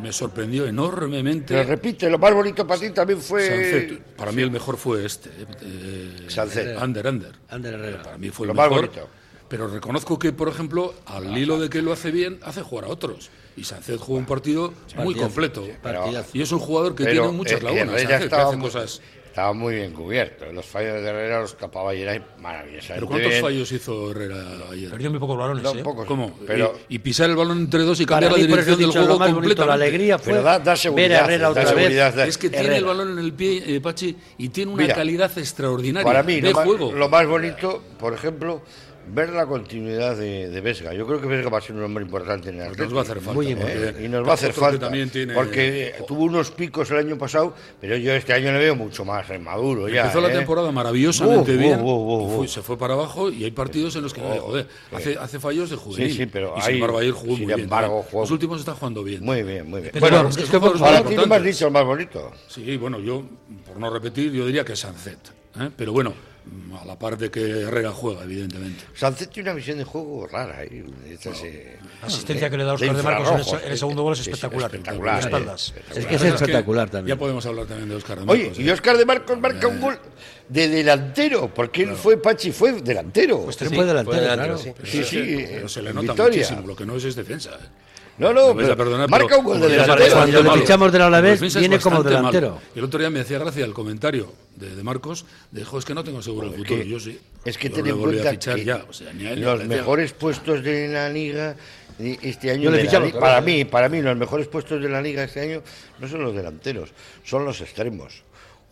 Speaker 5: me sorprendió enormemente.
Speaker 3: Pero repite, lo más bonito para ti también fue...
Speaker 5: Sancet. Para mí el mejor fue este. eh, eh,
Speaker 3: Sancet.
Speaker 5: Under, Under.
Speaker 8: Ander Herrera.
Speaker 5: Para mí fue el
Speaker 3: Lo más
Speaker 5: mejor.
Speaker 3: bonito.
Speaker 5: Pero reconozco que, por ejemplo, al hilo de que lo hace bien, hace jugar a otros. Y Sancet jugó un partido muy completo.
Speaker 8: partidazo.
Speaker 5: Y es un jugador que
Speaker 3: pero,
Speaker 5: tiene muchas
Speaker 3: eh,
Speaker 5: lagunas.
Speaker 3: Herrera
Speaker 5: Sánchez, que
Speaker 3: estaba
Speaker 5: hace
Speaker 3: muy-
Speaker 5: cosas.
Speaker 3: Estaba muy bien cubierto. Los fallos de Herrera los tapaba y era maravillosa.
Speaker 5: Pero ¿cuántos fallos hizo Herrera ayer?
Speaker 6: Perdió muy pocos balones, ¿eh?
Speaker 5: ¿Cómo?
Speaker 3: Pero,
Speaker 5: y, y pisar el balón entre dos y cambiar
Speaker 8: Para
Speaker 5: la
Speaker 8: mí, por eso
Speaker 5: dirección
Speaker 8: he dicho,
Speaker 5: del
Speaker 8: lo
Speaker 5: juego
Speaker 8: más bonito, la
Speaker 5: completamente.
Speaker 8: alegría fue
Speaker 3: pero da, da
Speaker 8: ver a
Speaker 3: seguridad.
Speaker 8: Herrera
Speaker 3: da
Speaker 8: otra
Speaker 3: seguridad,
Speaker 8: vez.
Speaker 3: da-
Speaker 5: Es que tiene
Speaker 8: Herrera.
Speaker 5: el balón en el pie, eh, Pachi, y tiene una
Speaker 3: Mira,
Speaker 5: calidad extraordinaria
Speaker 3: Para mí,
Speaker 5: de
Speaker 3: lo más,
Speaker 5: juego.
Speaker 3: lo más bonito, por ejemplo, ver la continuidad de, de Vesga. Yo creo que Vesga va a ser un hombre importante en el
Speaker 5: Porque nos va a hacer falta.
Speaker 8: Muy
Speaker 3: Atlético,
Speaker 5: porque
Speaker 3: ¿eh? Y nos va a hacer
Speaker 5: otro que
Speaker 3: falta.
Speaker 5: también tiene-
Speaker 3: Porque eh, tuvo unos picos el año pasado, pero yo este año le veo mucho más eh, maduro ya.
Speaker 5: Empezó la
Speaker 3: ¿eh?
Speaker 5: temporada maravillosamente
Speaker 3: Uh, uh,
Speaker 5: bien.
Speaker 3: uh, uh, uh.
Speaker 5: y fue- se fue para abajo y hay partidos en los que no joder. Hace, hace fallos de juvenil.
Speaker 3: Oh, Sí, sí, pero
Speaker 5: y
Speaker 3: ahí,
Speaker 5: sin embargo ayer jugó
Speaker 3: sin
Speaker 5: muy
Speaker 3: embargo,
Speaker 5: bien. ¿eh?
Speaker 3: jugó-
Speaker 5: Los últimos están jugando bien.
Speaker 3: Muy bien, muy bien.
Speaker 5: Pero
Speaker 3: Bueno,
Speaker 5: es que
Speaker 8: es
Speaker 5: son
Speaker 8: que
Speaker 5: jugadores
Speaker 3: ahora
Speaker 5: muy
Speaker 3: tú no me has
Speaker 5: importantes.
Speaker 3: dicho el más bonito.
Speaker 5: Sí, bueno, yo, por no repetir, yo diría que Sancet. ¿eh? Pero bueno, mm, a la par de que Herrera juega, evidentemente.
Speaker 3: Sancet tiene una visión de juego rara. ¿eh? Esta se-
Speaker 6: La asistencia que le da
Speaker 3: de
Speaker 6: Oscar de Marcos en el-
Speaker 3: infrarrojos.
Speaker 6: en el segundo gol es espectacular.
Speaker 3: espectacular,
Speaker 6: Con
Speaker 3: eh,
Speaker 6: espaldas.
Speaker 3: espectacular.
Speaker 8: Es que es espectacular también.
Speaker 5: Ya podemos hablar también de Oscar de
Speaker 3: Oye,
Speaker 5: Marcos, ¿eh?
Speaker 3: y Oscar de Marcos marca un gol de delantero, porque él fue, Pachi, fue delantero.
Speaker 5: Pues
Speaker 8: Se fue delantero,
Speaker 7: fue delantero,
Speaker 8: claro.
Speaker 7: sí.
Speaker 5: Pero
Speaker 3: sí,
Speaker 5: es
Speaker 3: sí,
Speaker 5: que-
Speaker 3: eh,
Speaker 5: pero se le nota
Speaker 3: victoria.
Speaker 5: muchísimo. Lo que no es es defensa. ¿eh?
Speaker 3: No,
Speaker 5: Me
Speaker 3: no,
Speaker 5: vais
Speaker 3: pero
Speaker 5: a perdonar,
Speaker 3: marca
Speaker 5: pero
Speaker 3: un gol de
Speaker 5: como defensa es
Speaker 3: delantero.
Speaker 8: Cuando
Speaker 5: bastante
Speaker 8: le
Speaker 5: malo.
Speaker 8: fichamos del Alavés,
Speaker 5: Como defensa es
Speaker 8: viene como
Speaker 5: bastante malo.
Speaker 8: delantero.
Speaker 5: Y el otro día me hacía gracia el comentario de, de Marcos, de, "Jo, es que no tengo seguro el futuro, yo sí.
Speaker 3: Es que
Speaker 5: Yo
Speaker 3: ten
Speaker 5: le
Speaker 3: en
Speaker 5: volví a
Speaker 3: cuenta
Speaker 5: fichar
Speaker 3: que
Speaker 5: ya, o sea, ni a él ni a
Speaker 3: los
Speaker 5: Valencia.
Speaker 3: mejores puestos de la liga de este año
Speaker 8: Yo le
Speaker 3: de la
Speaker 8: fichaba,
Speaker 3: liga-
Speaker 8: claro.
Speaker 3: para mí, para mí los mejores puestos de la liga este año no son los delanteros, son los extremos.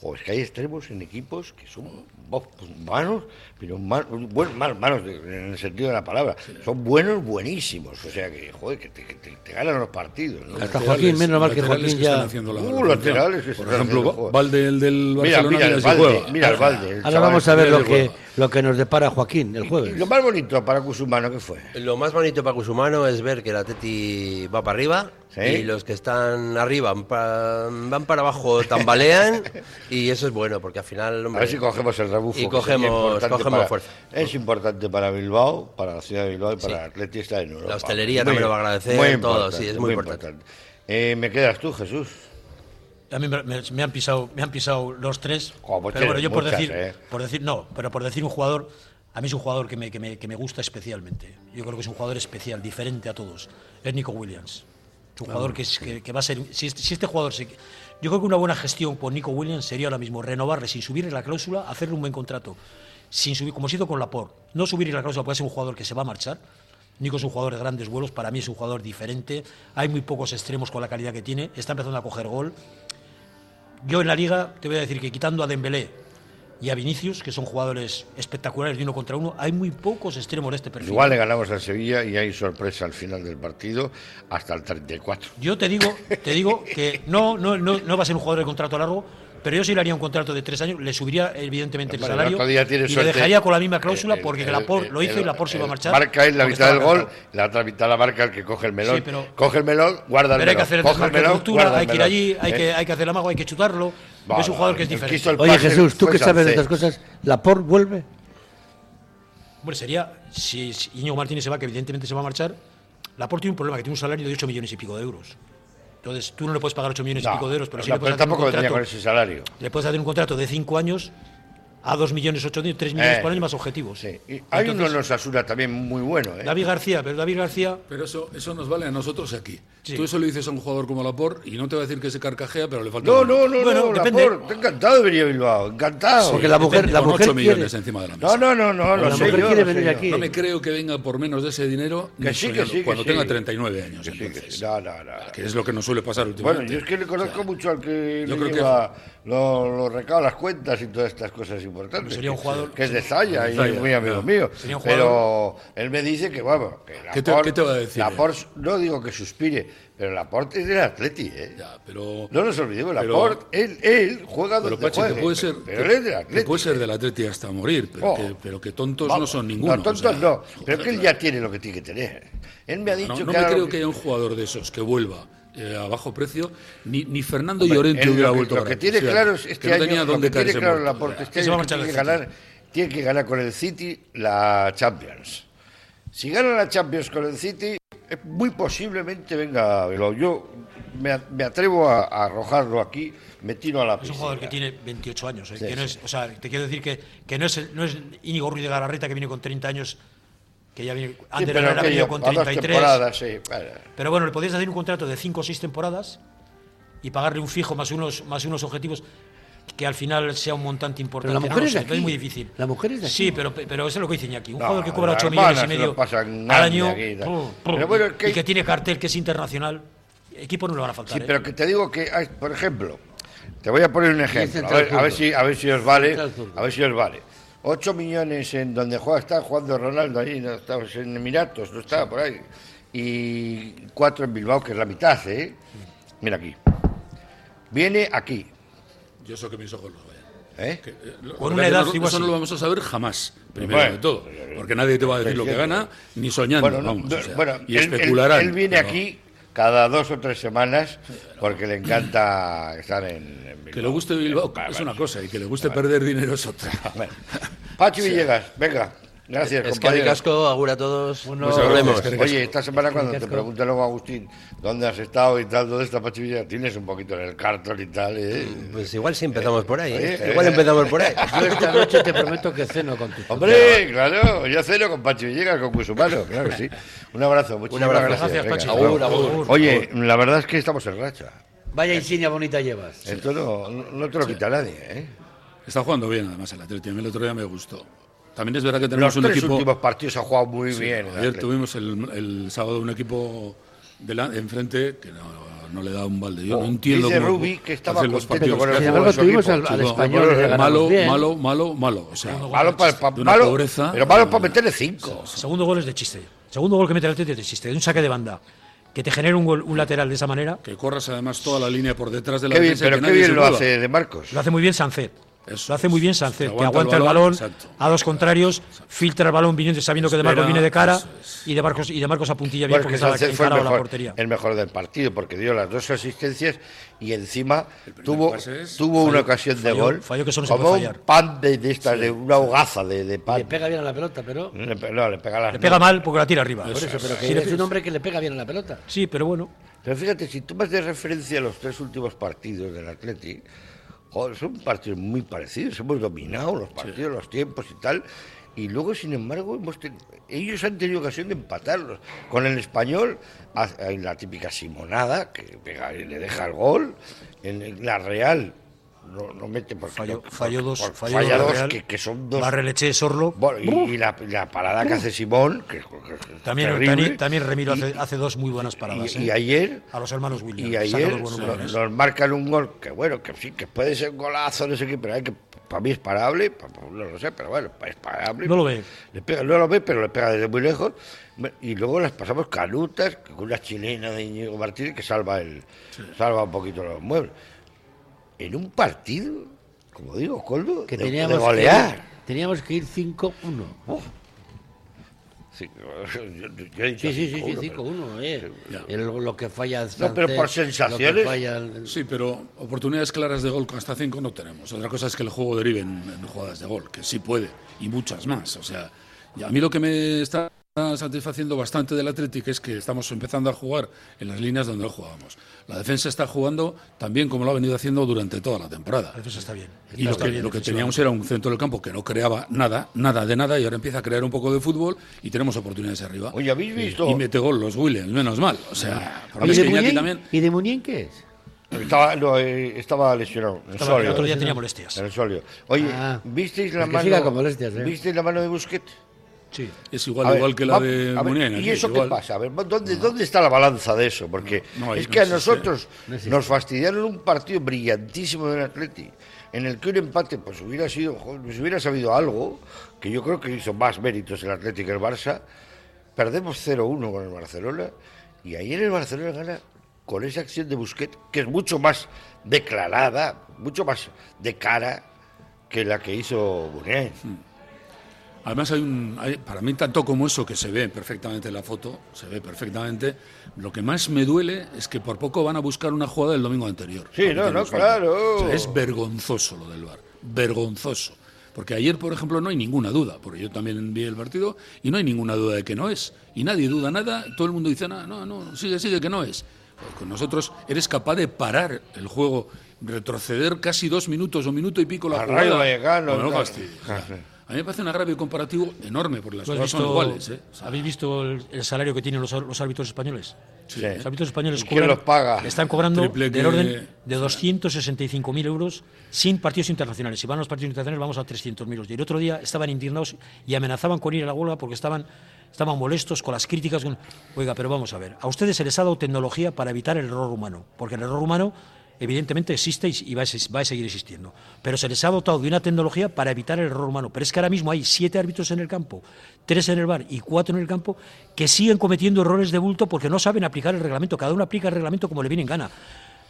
Speaker 3: O es que hay extremos en equipos que son bo- pues, malos, pero mal- bueno, mal- malos de- en el sentido de la palabra. Son buenos, buenísimos. O sea que, joder, que te, que te- te ganan los partidos. ¿no?
Speaker 8: Hasta
Speaker 5: Laterales,
Speaker 8: Joaquín, menos mal que
Speaker 5: laterales
Speaker 8: Joaquín
Speaker 5: están
Speaker 8: ya-
Speaker 5: haciendo la-
Speaker 3: Uh,
Speaker 5: la función.
Speaker 3: laterales
Speaker 5: Por
Speaker 3: que están haciendo el
Speaker 5: ejemplo,
Speaker 3: juego.
Speaker 5: Valde, el del
Speaker 3: Mira,
Speaker 5: Barcelona,
Speaker 3: mira el
Speaker 5: si juega.
Speaker 3: balde, mira el balde. el
Speaker 8: Ahora
Speaker 3: chaval.
Speaker 8: vamos a ver
Speaker 5: mira
Speaker 8: lo
Speaker 5: que
Speaker 8: que,
Speaker 5: juega.
Speaker 8: lo que nos depara Joaquín el
Speaker 3: Y
Speaker 8: jueves.
Speaker 3: lo más bonito para Cusumano que fue.
Speaker 7: Lo más bonito para Cusumano es ver que la Teti va para arriba
Speaker 3: Sí.
Speaker 7: y los que están arriba van pa- van para abajo,
Speaker 3: [LAUGHS]
Speaker 7: tambalean y eso es bueno porque al final,
Speaker 3: A
Speaker 7: hombre,
Speaker 3: ver si cogemos el rebufo.
Speaker 7: Y
Speaker 3: que
Speaker 7: cogemos-
Speaker 3: sería importante
Speaker 7: cogemos
Speaker 3: para-
Speaker 7: fuerza.
Speaker 3: Es importante para Bilbao, para la ciudad de Bilbao y para el Atleti está en Europa.
Speaker 7: La hostelería también lo va a agradecer, todo, sí, es muy importante.
Speaker 3: Eh, me quedas tú, Jesús.
Speaker 6: A mí me, me- me han pisado, me han pisado los tres.
Speaker 3: Jo, pues
Speaker 6: pero bueno,
Speaker 3: tienes
Speaker 6: yo por
Speaker 3: muchas,
Speaker 6: decir,
Speaker 3: eh.
Speaker 6: por decir, no, pero por decir un jugador, a mí es un jugador que me, que, me, que me gusta especialmente. Yo creo que es un jugador especial, diferente a todos. Es Nico Williams. Es un
Speaker 3: Ah,
Speaker 6: jugador que, es- que, que va a ser. Si este, si este jugador se. Yo creo que una buena gestión con Nico Williams sería ahora mismo renovarle sin subirle la cláusula, hacerle un buen contrato. Sin subir, como se hizo con Laporte, no subirle la cláusula puede ser un jugador que se va a marchar. Nico es un jugador de grandes vuelos, para mí es un jugador diferente. Hay muy pocos extremos con la calidad que tiene. Está empezando a coger gol. Yo en la liga te voy a decir que quitando a Dembélé y a Vinicius, que son jugadores espectaculares de uno contra uno, hay muy pocos extremos de este perfil.
Speaker 3: Igual le ganamos al Sevilla y hay sorpresa al final del partido, hasta el 34.
Speaker 6: Yo te digo, te digo que no, no, no, no va a ser un jugador de contrato largo, pero yo sí le haría un contrato de tres años, le subiría evidentemente el
Speaker 3: Hombre, el
Speaker 6: salario
Speaker 3: otro día tiene
Speaker 6: y lo
Speaker 3: suerte.
Speaker 6: dejaría con la misma cláusula
Speaker 3: El-
Speaker 6: porque
Speaker 3: el-
Speaker 6: Laporte
Speaker 3: el-
Speaker 6: lo hizo
Speaker 3: el-
Speaker 6: y Laporte se iba a
Speaker 3: el-
Speaker 6: marchar.
Speaker 3: Marca él la
Speaker 6: porque
Speaker 3: mitad del
Speaker 6: estaba
Speaker 3: gol,
Speaker 6: cansado.
Speaker 3: la otra mitad la marca el que coge el melón.
Speaker 6: Sí, pero-
Speaker 3: coge el melón, guarda el
Speaker 6: Pero
Speaker 3: melón.
Speaker 6: hay que hacer el
Speaker 3: coge el
Speaker 6: desmarque de
Speaker 3: melón,
Speaker 6: ruptura,
Speaker 3: guarda
Speaker 6: hay
Speaker 3: el
Speaker 6: que ir
Speaker 3: melón.
Speaker 6: allí, hay,
Speaker 3: ¿Eh?
Speaker 6: que, hay que hacer el amago, hay que chutarlo.
Speaker 3: Vale,
Speaker 6: es un jugador que es
Speaker 3: el que
Speaker 6: diferente.
Speaker 3: hizo el
Speaker 8: Oye
Speaker 3: pase
Speaker 8: Jesús, tú
Speaker 3: fue
Speaker 8: que sabes de
Speaker 3: Sancet.
Speaker 8: estas cosas, ¿Laporte vuelve?
Speaker 6: Hombre, sería, si si Íñigo Martínez se va, que evidentemente se va a marchar, Laporte tiene un problema, que tiene un salario de 8 millones y pico de euros. Entonces, tú no le puedes pagar 8 millones y
Speaker 3: No,
Speaker 6: pico de euros, pero sí
Speaker 3: la
Speaker 6: le puedes,
Speaker 3: Puerta
Speaker 6: hacer un
Speaker 3: tampoco tenía
Speaker 6: contrato,
Speaker 3: con ese salario.
Speaker 6: le puedes hacer un contrato de 5 años a 2 millones 8, 3 millones
Speaker 3: Eh,
Speaker 6: por año más objetivos.
Speaker 3: Sí. Y hay
Speaker 6: Entonces,
Speaker 3: uno en los Asura también muy bueno. ¿eh?
Speaker 6: David García, pero David García,
Speaker 5: Pero eso, eso nos vale a nosotros aquí.
Speaker 6: Sí.
Speaker 5: Tú eso le dices a un jugador como Laporte y no te va a decir que se carcajea, pero le falta.
Speaker 3: No,
Speaker 5: un-
Speaker 3: no, no,
Speaker 6: Bueno,
Speaker 3: no,
Speaker 6: depende.
Speaker 3: Laporte, está encantado de venir a Bilbao, encantado.
Speaker 8: Porque la mujer,
Speaker 5: Depende,
Speaker 8: la
Speaker 5: con
Speaker 8: mujer
Speaker 5: 8
Speaker 8: quiere-
Speaker 5: millones ¿eh? encima de la mesa.
Speaker 3: No, no, no, no, lo
Speaker 8: la
Speaker 3: sé
Speaker 8: mujer
Speaker 3: yo,
Speaker 8: quiere
Speaker 3: lo sé
Speaker 8: venir
Speaker 3: yo.
Speaker 8: aquí.
Speaker 5: No me creo que venga por menos de ese dinero
Speaker 3: Que
Speaker 5: ni
Speaker 3: sí, que
Speaker 5: soñando,
Speaker 3: sí, que
Speaker 5: cuando
Speaker 3: sí.
Speaker 5: tenga 39 años.
Speaker 3: Que sí,
Speaker 5: entonces,
Speaker 3: que sí. No, no, no.
Speaker 5: que es lo que nos suele pasar
Speaker 3: Bueno,
Speaker 5: últimamente.
Speaker 3: yo es que le conozco mucho al que
Speaker 5: yo
Speaker 3: le
Speaker 5: creo que-
Speaker 3: lleva los lo recados, las cuentas y todas estas cosas importantes.
Speaker 6: Sería un
Speaker 3: que-
Speaker 6: jugador-
Speaker 3: Que es de Zaya y
Speaker 5: Zaya,
Speaker 3: es muy amigo
Speaker 5: claro.
Speaker 3: mío.
Speaker 6: Sería un
Speaker 3: Pero él me dice que, vamos, que Laporte...
Speaker 5: ¿Qué te- qué te va a decir,
Speaker 3: Laporte, no digo que suspire, pero Laporte es del Atleti, ¿eh?
Speaker 5: Ya, pero,
Speaker 3: No nos olvidemos,
Speaker 5: Pero-
Speaker 3: Laporte, él, él juega
Speaker 5: pero
Speaker 3: donde
Speaker 5: Pachi,
Speaker 3: juegue,
Speaker 5: que puede ser,
Speaker 3: pero
Speaker 5: que-
Speaker 3: él es del
Speaker 5: que
Speaker 3: Atleti.
Speaker 5: puede ser del Atleti hasta morir, pero,
Speaker 3: Oh.
Speaker 5: que, pero que tontos no
Speaker 3: Vamos,
Speaker 5: son ninguno.
Speaker 3: No,
Speaker 5: o
Speaker 3: tontos
Speaker 5: sea,
Speaker 3: no,
Speaker 5: joder,
Speaker 3: pero que él ya tiene lo que tiene que tener. Él me ha dicho
Speaker 5: No,
Speaker 3: que...
Speaker 5: no me
Speaker 3: ahora lo
Speaker 5: creo
Speaker 3: que-
Speaker 5: que haya un jugador de esos que vuelva eh, a bajo precio, ni, ni Fernando
Speaker 3: Hombre,
Speaker 5: Llorente
Speaker 3: él lo
Speaker 5: hubiera
Speaker 3: que-
Speaker 5: vuelto
Speaker 3: Lo
Speaker 5: barato,
Speaker 3: que tiene
Speaker 5: o sea,
Speaker 3: claro es este
Speaker 5: que no
Speaker 3: año,
Speaker 5: tenía
Speaker 3: lo
Speaker 5: dónde
Speaker 3: que tiene
Speaker 5: caerse
Speaker 3: claro
Speaker 5: muerto.
Speaker 3: Laporte este
Speaker 6: Se
Speaker 3: año es
Speaker 6: va a
Speaker 3: que
Speaker 6: marchar
Speaker 3: tiene que
Speaker 6: del
Speaker 3: ganar, tiene que ganar con el City la Champions. Si gana la Champions con el City, eh, muy posiblemente venga a Bilbao. Yo me, a- me atrevo a, a arrojarlo aquí, me tiro a la
Speaker 6: es
Speaker 3: piscina.
Speaker 6: un jugador que tiene 28 años. eh, que no es, o sea, te quiero decir que, que no es el- no es Íñigo Ruiz de Galarreta que viene con 30 años, que ya viene.
Speaker 3: Sí,
Speaker 6: Ander
Speaker 3: pero
Speaker 6: Herrera ha venido
Speaker 3: aquello,
Speaker 6: con
Speaker 3: a dos
Speaker 6: 33.
Speaker 3: temporadas, sí. bueno.
Speaker 6: Pero bueno, le podías hacer un contrato de 5 o 6 temporadas y pagarle un fijo más unos, más unos objetivos que al final sea un montante importante.
Speaker 8: la mujer
Speaker 6: No lo
Speaker 8: es de
Speaker 6: sé,
Speaker 8: aquí.
Speaker 6: muy difícil.
Speaker 8: La mujer es de
Speaker 6: Sí,
Speaker 8: aquí.
Speaker 6: pero, pero eso es lo que dice Iñaki. Un
Speaker 3: No,
Speaker 6: jugador que cobra
Speaker 3: la
Speaker 6: 8 millones
Speaker 3: hermana
Speaker 6: y
Speaker 3: se lo
Speaker 6: medio
Speaker 3: pasa
Speaker 6: al
Speaker 3: nadie
Speaker 6: año
Speaker 3: aquí y tal.
Speaker 6: pum, pum,
Speaker 3: Pero bueno, es que-
Speaker 6: y que tiene cartel, que es internacional, equipo no le van a faltar.
Speaker 3: Sí,
Speaker 6: ¿eh?
Speaker 3: pero que te digo que, hay- por ejemplo, te voy a poner un ejemplo, a
Speaker 8: central
Speaker 3: ver, a ver
Speaker 8: zurdo.
Speaker 3: si, a ver si os vale,
Speaker 8: Central zurdo.
Speaker 3: a ver si os vale. 8 millones en donde juega, está jugando Ronaldo ahí, no está, en Emiratos, no estaba por ahí. Y 4 en Bilbao, que es la mitad, ¿eh? Mira aquí. Viene aquí,
Speaker 5: Yo eso que mis ojos los vayan.
Speaker 3: ¿eh?
Speaker 5: Que, eh, lo-
Speaker 6: Con
Speaker 5: lo
Speaker 6: una
Speaker 5: que
Speaker 6: edad
Speaker 5: no-
Speaker 6: igual
Speaker 5: eso
Speaker 6: sí.
Speaker 5: no lo vamos a saber jamás, primero
Speaker 3: Bueno,
Speaker 5: de todo, porque nadie te va a decir lo que
Speaker 3: cierto.
Speaker 5: gana ni soñando,
Speaker 3: Bueno, no,
Speaker 5: vamos, o
Speaker 3: no,
Speaker 5: sea,
Speaker 3: bueno,
Speaker 5: y
Speaker 3: él- él,
Speaker 5: especularán.
Speaker 3: él viene
Speaker 5: pero
Speaker 3: aquí cada dos o tres semanas porque le encanta estar en, en Bilbao.
Speaker 5: Que le guste Bilbao es una cosa y que le guste perder dinero es
Speaker 3: [LAUGHS]
Speaker 5: otra.
Speaker 3: Bueno. Pachi Villegas, venga. Gracias,
Speaker 7: es que
Speaker 3: compañero.
Speaker 7: Casco augura a todos.
Speaker 5: Pues ahora
Speaker 7: Volvemos.
Speaker 5: es que- Eskerrik asko.
Speaker 3: Oye, esta semana cuando te
Speaker 8: asko.
Speaker 3: pregunte luego Agustín dónde has estado y tal, dónde está Pachi Villegas, tienes un poquito en el cartón y tal, ¿eh?
Speaker 5: Mm.
Speaker 7: Pues igual sí empezamos por ahí. ¿eh?
Speaker 3: Oye.
Speaker 7: Igual empezamos por
Speaker 4: [LAUGHS]
Speaker 7: ahí.
Speaker 8: Yo esta noche te prometo que ceno contigo.
Speaker 3: ¡Hombre, claro! Yo ceno con Pachi Villegas, con Cusumano, claro que sí. Un abrazo, muchísimas
Speaker 7: abrazo.
Speaker 3: gracias.
Speaker 6: Gracias, Pachi.
Speaker 3: hasta luego.
Speaker 6: Agur, agur.
Speaker 3: Oye, la verdad es que estamos en racha.
Speaker 8: Vaya insignia bonita llevas.
Speaker 3: Esto no, no te lo quita nadie, ¿eh?
Speaker 5: Está jugando bien además el Atlético, a mí el otro día me gustó. También es verdad que tenemos
Speaker 3: Los
Speaker 5: un
Speaker 3: tres
Speaker 5: equipo
Speaker 3: últimos partidos ha jugado muy bien. el
Speaker 5: Ayer
Speaker 3: Atlético.
Speaker 5: tuvimos el, el sábado un equipo delan- enfrente que no, no le da un balde. Yo no entiendo
Speaker 3: Oh, Dice
Speaker 5: cómo
Speaker 3: Rubi que estaba
Speaker 5: hacen los
Speaker 3: contento
Speaker 5: partidos.
Speaker 3: con el
Speaker 8: Sin
Speaker 3: juego
Speaker 8: embargo,
Speaker 3: de su
Speaker 8: tuvimos
Speaker 3: equipo.
Speaker 8: al, al
Speaker 5: Digo,
Speaker 8: español. que le ganamos
Speaker 5: malo,
Speaker 8: bien.
Speaker 5: malo, malo, malo. O sea,
Speaker 3: Malo para
Speaker 5: de una pobreza.
Speaker 3: pero malo para meterle cinco.
Speaker 6: Segundo gol es de chiste. Segundo gol que mete el Atlético es de chiste. De un saque de banda. Que te genere un, gol, un lateral de esa manera.
Speaker 5: Que corras además toda la línea por detrás de la
Speaker 3: Qué bien,
Speaker 5: defensa y
Speaker 3: pero
Speaker 5: que
Speaker 3: qué
Speaker 5: nadie se
Speaker 3: bien lo
Speaker 5: mueva.
Speaker 3: hace de Marcos.
Speaker 6: Lo hace muy bien Sancet.
Speaker 5: Eso
Speaker 6: Lo hace
Speaker 5: es.
Speaker 6: muy bien Sancet,
Speaker 5: Que
Speaker 6: que aguanta el balón, a dos contrarios, filtra el balón viniendo, sabiendo que de Marcos
Speaker 5: Espera,
Speaker 6: viene de cara
Speaker 5: eso es.
Speaker 6: y de Marcos, y de Marcos apuntilla
Speaker 3: Bueno,
Speaker 6: bien porque
Speaker 3: que
Speaker 6: está
Speaker 3: Sánchez fue el
Speaker 6: encarado a la
Speaker 3: mejor,
Speaker 6: portería.
Speaker 3: el mejor del partido porque dio las dos asistencias y encima tuvo,
Speaker 5: pase es-
Speaker 3: tuvo una ocasión de
Speaker 6: falló-
Speaker 3: gol.
Speaker 6: falló que eso no se
Speaker 3: como
Speaker 6: puede
Speaker 3: un
Speaker 6: fallar.
Speaker 3: pan de, de estas, de una hogaza de, de pan.
Speaker 8: Le pega bien a la pelota, pero.
Speaker 3: Le pe- no, le pega las
Speaker 6: Le pega
Speaker 3: manos.
Speaker 6: mal porque la tira arriba.
Speaker 8: Por eso, pero
Speaker 6: Sí,
Speaker 8: que
Speaker 6: le-
Speaker 8: es un hombre que le pega bien a la pelota.
Speaker 6: Sí, pero bueno.
Speaker 3: Pero fíjate, si tomas de referencia los tres últimos partidos del Atleti, joder, son partidos muy parecidos, hemos dominado los partidos, los tiempos y tal, y luego, sin embargo, hemos ten- ellos han tenido ocasión de empatarlos. Con el español ha- hay la típica simonada, que pega y le deja el gol, en el- la Real no, no mete por
Speaker 6: Falló,
Speaker 3: por-
Speaker 6: falló dos,
Speaker 3: por-
Speaker 6: falló
Speaker 3: falla
Speaker 6: dos,
Speaker 3: dos
Speaker 6: Real.
Speaker 3: que, que son dos...
Speaker 6: Barre Leche, Sorlo.
Speaker 3: Bueno, y, y la, la parada que hace Simón, que, que- que es
Speaker 6: También,
Speaker 3: terrible.
Speaker 6: también, también Remiro
Speaker 3: Y-
Speaker 6: hace, hace dos muy buenas
Speaker 3: y-
Speaker 6: paradas.
Speaker 3: y
Speaker 6: ¿eh?
Speaker 3: ayer
Speaker 6: a los hermanos Williams.
Speaker 3: y
Speaker 6: saca dos
Speaker 3: ayer
Speaker 6: buenos ¿eh?
Speaker 3: no-
Speaker 6: balones.
Speaker 3: nos marcan un gol que bueno, que sí, que puede ser un golazo, no sé qué, pero hay ¿eh? que para mí es parable, pa- pa- no lo sé, pero bueno, es parable.
Speaker 6: No lo ve.
Speaker 3: Le pega, no lo ve, pero le pega desde muy lejos. Y luego las pasamos canutas, con una chilena de Íñigo Martínez que salva el salva un poquito los muebles. En un partido, como digo, Coldo,
Speaker 8: Que
Speaker 3: de, de
Speaker 8: teníamos,
Speaker 3: golear.
Speaker 8: Que, teníamos que ir 5-1.
Speaker 3: Sí, yo- yo- yo he dicho
Speaker 8: Sí, sí, sí, sí,
Speaker 3: 5-1, pero-
Speaker 8: 5-1. Eh. El- lo que falla el
Speaker 3: No, pero
Speaker 8: francés,
Speaker 3: por
Speaker 8: lo que
Speaker 3: sensaciones.
Speaker 8: falla el-
Speaker 5: Sí, pero oportunidades claras de gol con hasta cinco no tenemos. Otra cosa es que el juego derive en, en jugadas de gol, que sí puede, y muchas más. O sea, y a mí lo que me está satisfaciendo bastante del Athletic es que estamos empezando a jugar en las líneas donde no jugábamos. La defensa está jugando también como lo ha venido haciendo durante toda la temporada.
Speaker 6: La defensa está bien.
Speaker 5: Y lo
Speaker 6: Está
Speaker 5: que,
Speaker 6: bien,
Speaker 5: lo que
Speaker 6: defensiva.
Speaker 5: teníamos era un centro del campo que no creaba nada, nada de nada, y ahora empieza a crear un poco de fútbol y tenemos oportunidades arriba.
Speaker 3: Oye, ¿habéis
Speaker 5: Y-
Speaker 3: visto?
Speaker 5: Y, mete gol los Williams, menos mal. O sea, porque
Speaker 8: ¿Y
Speaker 5: es
Speaker 8: de,
Speaker 5: que Iñaki
Speaker 8: Munien?
Speaker 5: también.
Speaker 8: ¿Y de Munien qué es?
Speaker 3: Estaba, no, eh, estaba lesionado. en
Speaker 6: Estaba- el
Speaker 3: sólio.
Speaker 6: otro día tenía molestias.
Speaker 3: En el sólio. Oye,
Speaker 8: Ah,
Speaker 3: ¿visteis
Speaker 8: pues
Speaker 3: la
Speaker 8: que
Speaker 3: mano?
Speaker 8: siga con molestias, eh.
Speaker 3: ¿Visteis la mano de Busquets?
Speaker 6: Sí.
Speaker 5: Es igual,
Speaker 3: A ver,
Speaker 5: igual que la
Speaker 3: va-
Speaker 5: de
Speaker 3: a ver,
Speaker 5: Munien.
Speaker 3: ¿Y
Speaker 5: aquí,
Speaker 3: eso
Speaker 5: igual.
Speaker 3: qué pasa? A ver, ¿dónde, ¿dónde está la balanza de eso? Porque
Speaker 5: No, no, ahí
Speaker 3: es
Speaker 5: no
Speaker 3: que a
Speaker 5: existe.
Speaker 3: nosotros nos fastidiaron un partido brillantísimo del Atleti, en el que un empate pues hubiera sido, joder, si hubiera sabido algo, que yo creo que hizo más méritos el Atleti que el Barça, perdemos 0-1 con el Barcelona, y ayer el Barcelona gana con esa acción de Busquets, que es mucho más declarada, mucho más de cara que la que hizo Buné.
Speaker 5: Mm. Además, hay un, hay- para mí, tanto como eso que se ve perfectamente en la foto, se ve perfectamente. Lo que más me duele es que por poco van a buscar una jugada del domingo anterior.
Speaker 3: Sí,
Speaker 5: A mí
Speaker 3: no,
Speaker 5: que
Speaker 3: no,
Speaker 5: nos falta.
Speaker 3: claro.
Speaker 5: O sea, es vergonzoso lo del bar, vergonzoso. Porque ayer, por ejemplo, no hay ninguna duda, porque yo también vi el partido y no hay ninguna duda de que no es. Y nadie duda nada, todo el mundo dice, no, no, no sigue, sigue, que no es. Pues con nosotros eres capaz de parar el juego, retroceder casi dos minutos o minuto y pico la
Speaker 3: Al
Speaker 5: jugada.
Speaker 3: Rayo Vallecano,
Speaker 5: Bueno, no
Speaker 3: claro.
Speaker 5: fastidies. O sea, A mí me parece un agravio comparativo enorme porque las
Speaker 6: ¿Tú has
Speaker 5: cosas son
Speaker 6: visto-
Speaker 5: iguales. ¿eh? O sea,
Speaker 6: ¿Habéis visto el, el salario que tienen los, ar- los árbitros españoles?
Speaker 3: Sí.
Speaker 6: Los árbitros españoles
Speaker 3: ¿Y quién los paga?
Speaker 6: están cobrando
Speaker 5: Triple
Speaker 6: del
Speaker 5: que-
Speaker 6: orden de 265.000 euros sin partidos internacionales. Si van a los partidos internacionales vamos a 300.000 euros. Y el otro día estaban indignados y amenazaban con ir a la huelga porque estaban, estaban molestos con las críticas. con- Oiga, pero vamos a ver, a ustedes se les ha dado tecnología para evitar el error humano, porque el error humano evidentemente existe y y va a, se- va a seguir existiendo. Pero se les ha dotado de una tecnología para evitar el error humano. Pero es que ahora mismo hay siete árbitros en el campo, tres en el bar y cuatro en el campo, que siguen cometiendo errores de bulto porque no saben aplicar el reglamento. Cada uno aplica el reglamento como le viene en gana.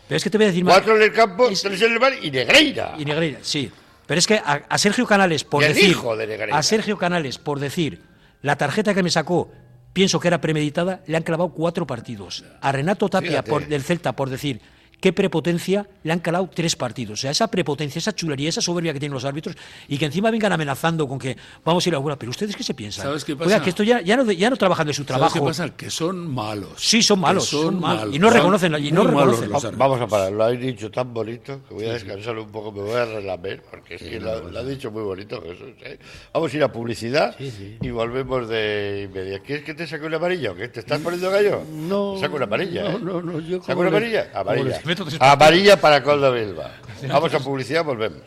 Speaker 6: Pero es que te voy a decir más.
Speaker 3: Cuatro en el campo,
Speaker 6: Es-
Speaker 3: tres en el bar y Negreira.
Speaker 6: y Negreira, sí. Pero es que a, a Sergio Canales, por
Speaker 3: Y el
Speaker 6: decir.
Speaker 3: hijo de Negreira.
Speaker 6: a Sergio Canales, por decir, la tarjeta que me sacó, pienso que era premeditada, le han clavado cuatro partidos. A Renato Tapia,
Speaker 3: Fíjate.
Speaker 6: por, del Celta, por decir. Qué prepotencia le han calado tres partidos. O sea, esa prepotencia, esa chulería, esa soberbia que tienen los árbitros y que encima vengan amenazando con que vamos a ir a alguna. Pero ustedes qué se piensan.
Speaker 5: ¿Sabes qué
Speaker 6: Oiga,
Speaker 5: pasa?
Speaker 6: que esto ya, ya, no, de- ya no trabajan de su
Speaker 5: ¿Sabes
Speaker 6: trabajo.
Speaker 5: qué pasa? Que son malos.
Speaker 6: Sí, son malos,
Speaker 5: Que
Speaker 6: son malos. Y no
Speaker 5: Son
Speaker 6: reconocen la- y no
Speaker 5: muy malos
Speaker 6: reconocen.
Speaker 5: los
Speaker 3: Va-
Speaker 5: árbitros.
Speaker 3: Vamos a parar, lo habéis dicho tan bonito que voy a descansar un poco, me voy a relamer, porque es que lo, lo ha dicho muy bonito Jesús. ¿eh? Vamos a ir a publicidad y volvemos de media. ¿Quieres que te saque una amarilla o qué? ¿Te estás poniendo gallo?
Speaker 8: No,
Speaker 3: Te Saco una amarilla. ¿eh?
Speaker 8: no, no, no, yo
Speaker 3: ¿Saco
Speaker 8: como
Speaker 3: una
Speaker 8: le-
Speaker 3: amarilla? Amarilla.
Speaker 6: les meto tres
Speaker 3: Amarilla para Coldo Bilba. Vamos a publicidad, volvemos.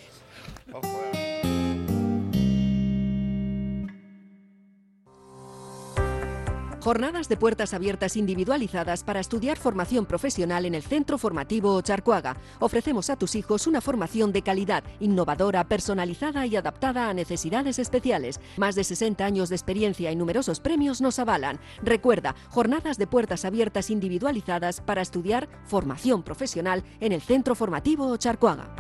Speaker 9: Jornadas de puertas abiertas individualizadas para estudiar formación profesional en el Centro Formativo Charcuaga. Ofrecemos a tus hijos una formación de calidad, innovadora, personalizada y adaptada a necesidades especiales. Más de 60 años de experiencia y numerosos premios nos avalan. Recuerda, jornadas de puertas abiertas individualizadas para estudiar formación profesional en el Centro Formativo Charcuaga.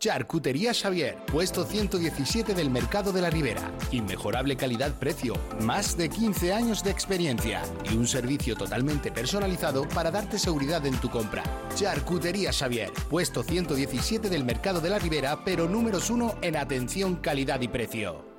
Speaker 10: Charcutería Xavier, puesto 117 del Mercado de la Ribera. Inmejorable calidad-precio, más de 15 años de experiencia y un servicio totalmente personalizado para darte seguridad en tu compra. Charcutería Xavier, puesto 117 del Mercado de la Ribera, pero números uno en atención, calidad y precio.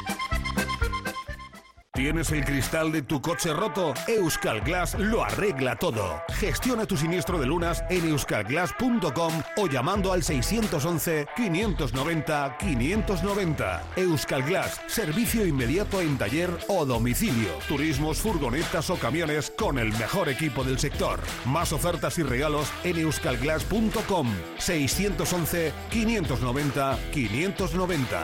Speaker 11: ¿Tienes el cristal de tu coche roto? Euskal Glass lo arregla todo. Gestiona tu siniestro de lunas en euskalglass.com o llamando al 611-590-590. Euskal Glass, servicio inmediato en taller o domicilio. Turismos, furgonetas o camiones con el mejor equipo del sector. Más ofertas y regalos en euskalglass.com. 611-590-590.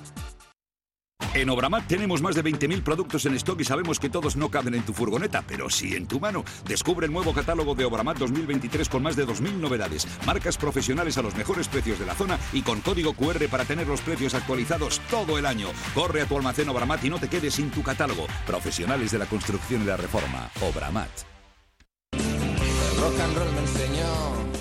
Speaker 12: En Obramat tenemos más de 20.000 productos en stock y sabemos que todos no caben en tu furgoneta, pero sí en tu mano. Descubre el nuevo catálogo de Obramat 2023 con más de 2.000 novedades, marcas profesionales a los mejores precios de la zona y con código QR para tener los precios actualizados todo el año. Corre a tu almacén Obramat y no te quedes sin tu catálogo. Profesionales de la construcción y la reforma. Obramat.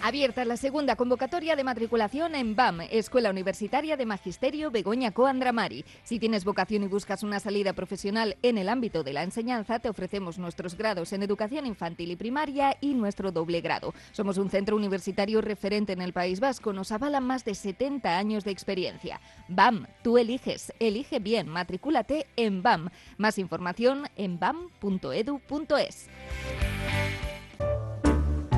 Speaker 13: Abierta la segunda convocatoria de matriculación en BAM, Escuela Universitaria de Magisterio Begoña Coandramari. Si tienes vocación y buscas una salida profesional en el ámbito de la enseñanza, te ofrecemos nuestros grados en educación infantil y primaria y nuestro doble grado. Somos un centro universitario referente en el País Vasco, nos avalan más de 70 años de experiencia. BAM, tú eliges, elige bien, matricúlate en BAM. Más información en bam.edu.es.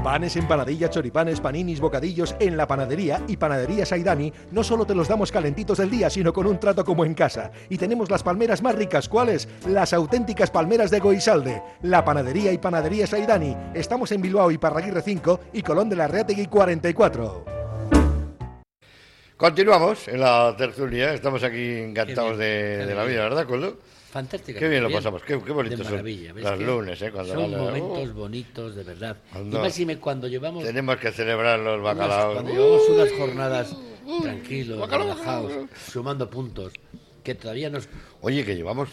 Speaker 14: Panes, empanadillas, choripanes, paninis, bocadillos en la panadería y panadería Saidani no solo te los damos calentitos del día, sino con un trato como en casa. Y tenemos las palmeras más ricas, ¿cuáles? Las auténticas palmeras de Goisalde. La panadería y panadería Saidani. Estamos en Bilbao y Parraguirre 5 y Colón de la Reategui 44.
Speaker 3: Continuamos en la tertulia. Estamos aquí encantados
Speaker 4: Qué bien,
Speaker 3: de,
Speaker 4: qué
Speaker 3: de la
Speaker 4: bien.
Speaker 3: vida, ¿verdad, Coldo?
Speaker 4: Fantástica.
Speaker 3: Qué bien lo
Speaker 4: Bien.
Speaker 3: pasamos. Qué, qué bonitos
Speaker 4: De
Speaker 3: son
Speaker 4: maravilla, ¿ves
Speaker 3: los
Speaker 4: que
Speaker 3: lunes, ¿eh? Cuando
Speaker 4: son
Speaker 3: van a-
Speaker 4: momentos
Speaker 3: Uh,
Speaker 4: bonitos, de verdad.
Speaker 3: Cuando-
Speaker 4: Y más si me- cuando llevamos,
Speaker 3: tenemos que celebrar los
Speaker 4: unas-
Speaker 3: bacalaos.
Speaker 4: cuando llevamos
Speaker 3: Uy,
Speaker 4: unas jornadas
Speaker 3: uy,
Speaker 4: tranquilos,
Speaker 3: bacalao,
Speaker 4: relajados,
Speaker 3: bacalao.
Speaker 4: sumando puntos, que todavía nos...
Speaker 3: Oye, que llevamos.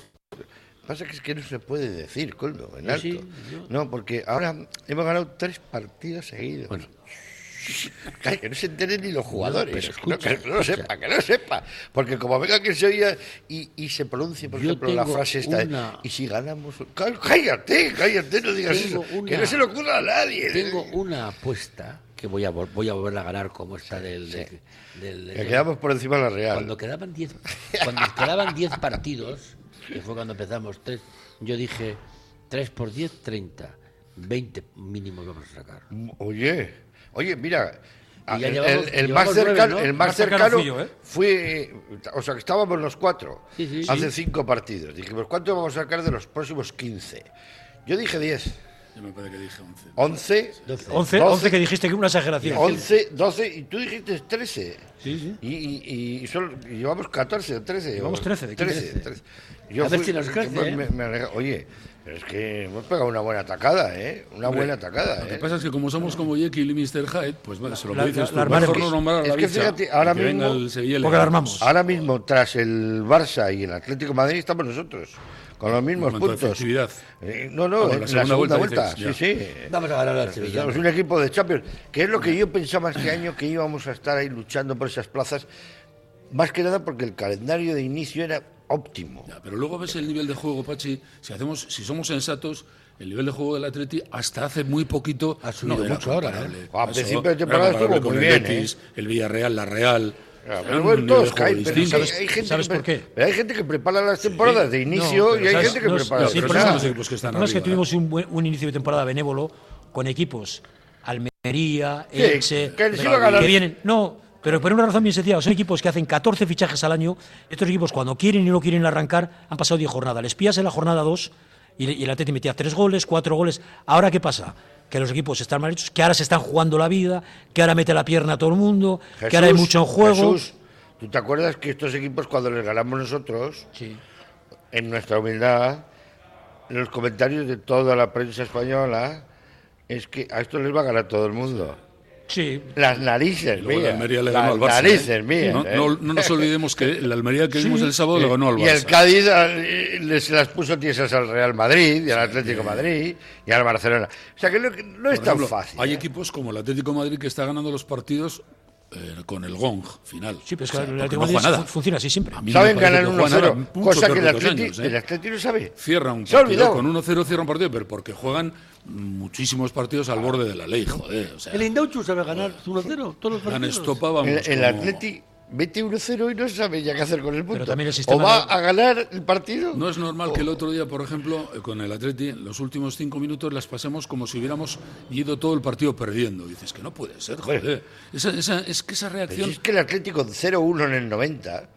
Speaker 3: Pasa que es que no se puede decir, Coldo, en alto.
Speaker 4: Sí, sí, yo-
Speaker 3: No, porque ahora hemos ganado tres partidos seguidos. [LAUGHS] Bueno. que no se enteren ni los jugadores.
Speaker 4: pero
Speaker 3: que [LAUGHS] no-
Speaker 4: escucha,
Speaker 3: que no lo
Speaker 4: escucha.
Speaker 3: sepa, que no lo sepa. Porque como venga que se oiga y, y se pronuncie, por
Speaker 4: Yo
Speaker 3: ejemplo, la
Speaker 4: tengo
Speaker 3: frase esta de,
Speaker 4: una-
Speaker 3: Y si ganamos. Cá- Cállate, cállate, no digas
Speaker 4: Tengo
Speaker 3: eso.
Speaker 4: una-
Speaker 3: Que no se le ocurra a nadie. ¿eh?
Speaker 4: Tengo una apuesta que voy a, vol- voy a volver a ganar como esta del...
Speaker 3: sí.
Speaker 4: del- del-
Speaker 3: Que quedamos por encima de la Real.
Speaker 4: Cuando quedaban 10 cuando quedaban 10 partidos, que fue cuando empezamos tres, yo dije 3 por 10 30, 20 mínimo vamos a sacar.
Speaker 3: Mm, Oye, oye, mira,
Speaker 4: Y ya
Speaker 3: el,
Speaker 4: llevamos-
Speaker 3: el- el
Speaker 4: llevamos
Speaker 3: más
Speaker 4: nueve,
Speaker 3: cercano,
Speaker 4: ¿no?
Speaker 3: el más
Speaker 4: Más cercano
Speaker 3: cercano
Speaker 4: fui yo, ¿eh?
Speaker 3: fue, eh, o sea, que estábamos los cuatro
Speaker 4: Sí, sí.
Speaker 3: hace
Speaker 4: Sí.
Speaker 3: "Pues, cinco partidos. Dijimos, ¿cuánto vamos a sacar de los próximos 15? Yo dije 10.
Speaker 5: Yo me parece que dije 11.
Speaker 3: 11,
Speaker 6: 11, 11 que dijiste que una exageración.
Speaker 3: 11, 12, y tú dijiste 13.
Speaker 6: Sí, sí.
Speaker 3: Y, y- y solo- y llevamos 14 o 13.
Speaker 6: Llevamos 13, ¿de qué
Speaker 3: 13,
Speaker 6: 13?
Speaker 3: 13.
Speaker 6: A ver si nos crece,
Speaker 3: me-
Speaker 6: ¿eh?
Speaker 3: me- me alegra- oye, pero es que hemos pegado una buena atacada, ¿eh? Una
Speaker 5: Hombre,
Speaker 3: buena atacada,
Speaker 5: Lo que
Speaker 3: ¿eh?
Speaker 5: pasa es que como somos como Jekyll y Mr. Hyde, pues bueno, se lo
Speaker 3: La-
Speaker 5: que dices
Speaker 3: la-
Speaker 5: tú.
Speaker 3: la armaremos.
Speaker 5: Mejor no nombrar a la
Speaker 3: Es que
Speaker 5: bicha
Speaker 3: fíjate,
Speaker 5: y
Speaker 3: ahora
Speaker 5: que
Speaker 3: mismo.
Speaker 5: venga el Sevilla y le ganamos.
Speaker 3: Ahora mismo, tras el Barça y el Atlético de Madrid, estamos nosotros. Con los mismos
Speaker 5: En cuanto a
Speaker 3: puntos.
Speaker 5: efectividad.
Speaker 3: Eh, no, no,
Speaker 5: Ah, bueno,
Speaker 3: en la segunda, vuelta.
Speaker 5: dices,
Speaker 3: sí,
Speaker 5: ya.
Speaker 3: sí.
Speaker 5: Vamos a ganar al Sevilla.
Speaker 3: Estamos un equipo de Champions. Que es lo que yo pensaba este año que íbamos a estar ahí luchando por esas plazas. Más que nada porque el calendario de inicio era óptimo.
Speaker 5: Pero luego ves el nivel de juego, Pachi. Si hacemos, si somos sensatos, el nivel de juego del Atleti hasta hace muy poquito ha
Speaker 4: subido mucho ahora, ¿eh?
Speaker 3: A principio de Ah, temporada estuvo muy
Speaker 5: el
Speaker 3: bien, ¿eh?
Speaker 5: el Villarreal, la Real.
Speaker 3: Claro,
Speaker 5: Era
Speaker 3: Pero
Speaker 5: un
Speaker 3: bueno,
Speaker 5: nivel de
Speaker 3: todos
Speaker 5: juego
Speaker 3: caen, pero
Speaker 5: distinto.
Speaker 3: sí, hay gente
Speaker 5: ¿Sabes
Speaker 3: que
Speaker 5: por
Speaker 3: pre-
Speaker 5: qué?
Speaker 3: pero hay gente que prepara las temporadas de inicio
Speaker 6: pero
Speaker 3: y hay
Speaker 6: ¿sabes?
Speaker 3: gente que
Speaker 6: No,
Speaker 3: prepara
Speaker 6: no,
Speaker 3: las
Speaker 6: sí, pero
Speaker 3: temporadas.
Speaker 6: ¿sabes? El problema es que ¿eh? tuvimos un, buen- un inicio de temporada benévolo con equipos Almería,
Speaker 3: Sí,
Speaker 6: Elche,
Speaker 3: que les
Speaker 6: Real-
Speaker 3: iba a ganar.
Speaker 6: que vienen. No, pero por una razón bien sencilla, son equipos que hacen 14 fichajes al año. Estos equipos cuando quieren y no quieren arrancar han pasado 10 jornadas. Les pillas en la jornada 2 y, le- y el Atleti metía 3 goles, 4 goles. Ahora qué pasa? Que los equipos están mal hechos, que ahora se están jugando la vida, que ahora mete la pierna a todo el mundo, que ahora hay
Speaker 3: Jesús,
Speaker 6: mucho en juego.
Speaker 3: Jesús, ¿tú te acuerdas que estos equipos cuando les ganamos nosotros, en nuestra humildad, los comentarios de toda la prensa española es que a esto les va a ganar todo el mundo?
Speaker 6: Sí.
Speaker 3: Las narices,
Speaker 5: Luego el
Speaker 3: mira.
Speaker 5: Almería le ganó
Speaker 3: las
Speaker 5: al Barça.
Speaker 3: narices,
Speaker 5: ¿eh?
Speaker 3: mira.
Speaker 5: No,
Speaker 3: ¿eh?
Speaker 5: no- no nos olvidemos que el Almería que vimos el sábado le
Speaker 3: Eh,
Speaker 5: ganó al Barça.
Speaker 3: Y el Cádiz eh, le- se las puso tiesas al Real Madrid, y al Atlético de Madrid, y al Barcelona. O sea que no, no es
Speaker 5: Por
Speaker 3: tan
Speaker 5: ejemplo,
Speaker 3: fácil. ¿eh?
Speaker 5: Hay equipos como el Atlético de Madrid que está ganando los partidos eh, con el gong final.
Speaker 6: Sí, pero es
Speaker 5: O sea,
Speaker 6: que el
Speaker 5: porque
Speaker 6: Atlético
Speaker 5: no
Speaker 6: de Madrid
Speaker 5: juega nada.
Speaker 6: fun- funciona así siempre.
Speaker 5: A mí no
Speaker 3: Saben
Speaker 5: me parece
Speaker 3: ganar
Speaker 5: que juegan
Speaker 3: 1-0,
Speaker 5: ahora mucho
Speaker 3: cosa
Speaker 5: peor
Speaker 3: que el
Speaker 5: otros
Speaker 3: Atlético
Speaker 5: años, ¿eh?
Speaker 3: no sabe.
Speaker 5: Cierra un
Speaker 3: Se ha
Speaker 5: partido
Speaker 3: olvidado.
Speaker 5: con 1-0 cierra un partido, pero porque juegan muchísimos partidos al borde de la ley, joder. O sea,
Speaker 4: El Indauchu sabe ganar 1-0 todos los
Speaker 5: han
Speaker 4: partidos.
Speaker 5: estopado vamos,
Speaker 3: El, el
Speaker 5: como-
Speaker 3: Atleti mete 1-0 y no sabe ya qué hacer con el punto.
Speaker 5: también el
Speaker 3: o
Speaker 5: sistema
Speaker 3: va
Speaker 5: no-
Speaker 3: a ganar el partido.
Speaker 5: No es normal que el otro día, por ejemplo, eh, con el Atleti, los últimos cinco minutos las pasemos como si hubiéramos ido todo el partido perdiendo. Dices que no puede ser, joder. Esa- esa- es que esa
Speaker 3: Pero
Speaker 5: reacción.
Speaker 3: si es que el Atlético con 0-1 en el 90,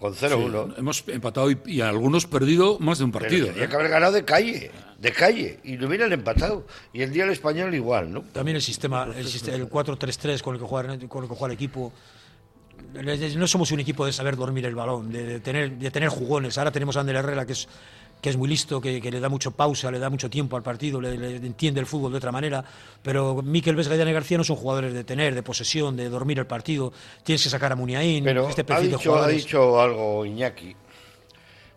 Speaker 3: con 0-1,
Speaker 5: Sí, hemos empatado y, y algunos perdido más de un
Speaker 3: pero
Speaker 5: partido.
Speaker 3: tenía
Speaker 5: ¿eh?
Speaker 3: que haber ganado de calle, de calle, y lo hubieran empatado. Y el día del español igual, ¿no?
Speaker 5: Mm,
Speaker 6: También el sistema, el, sist- el 4-3-3 con el que juega, con el que juega el equipo. No somos un equipo de saber dormir el balón, de, de tener, de tener jugones. Ahora tenemos a Ander Herrera, que es, que es muy listo, que, que le da mucho pausa, le da mucho tiempo al partido, le, le entiende el fútbol de otra manera. Pero Miquel Vesga y Dani García no son jugadores de tener, de posesión, de dormir el partido. Tienes que sacar a Muniain,
Speaker 3: Pero
Speaker 6: este
Speaker 3: ha
Speaker 6: perfil de
Speaker 3: dicho, ha
Speaker 6: jugadores.
Speaker 3: dicho algo Iñaki,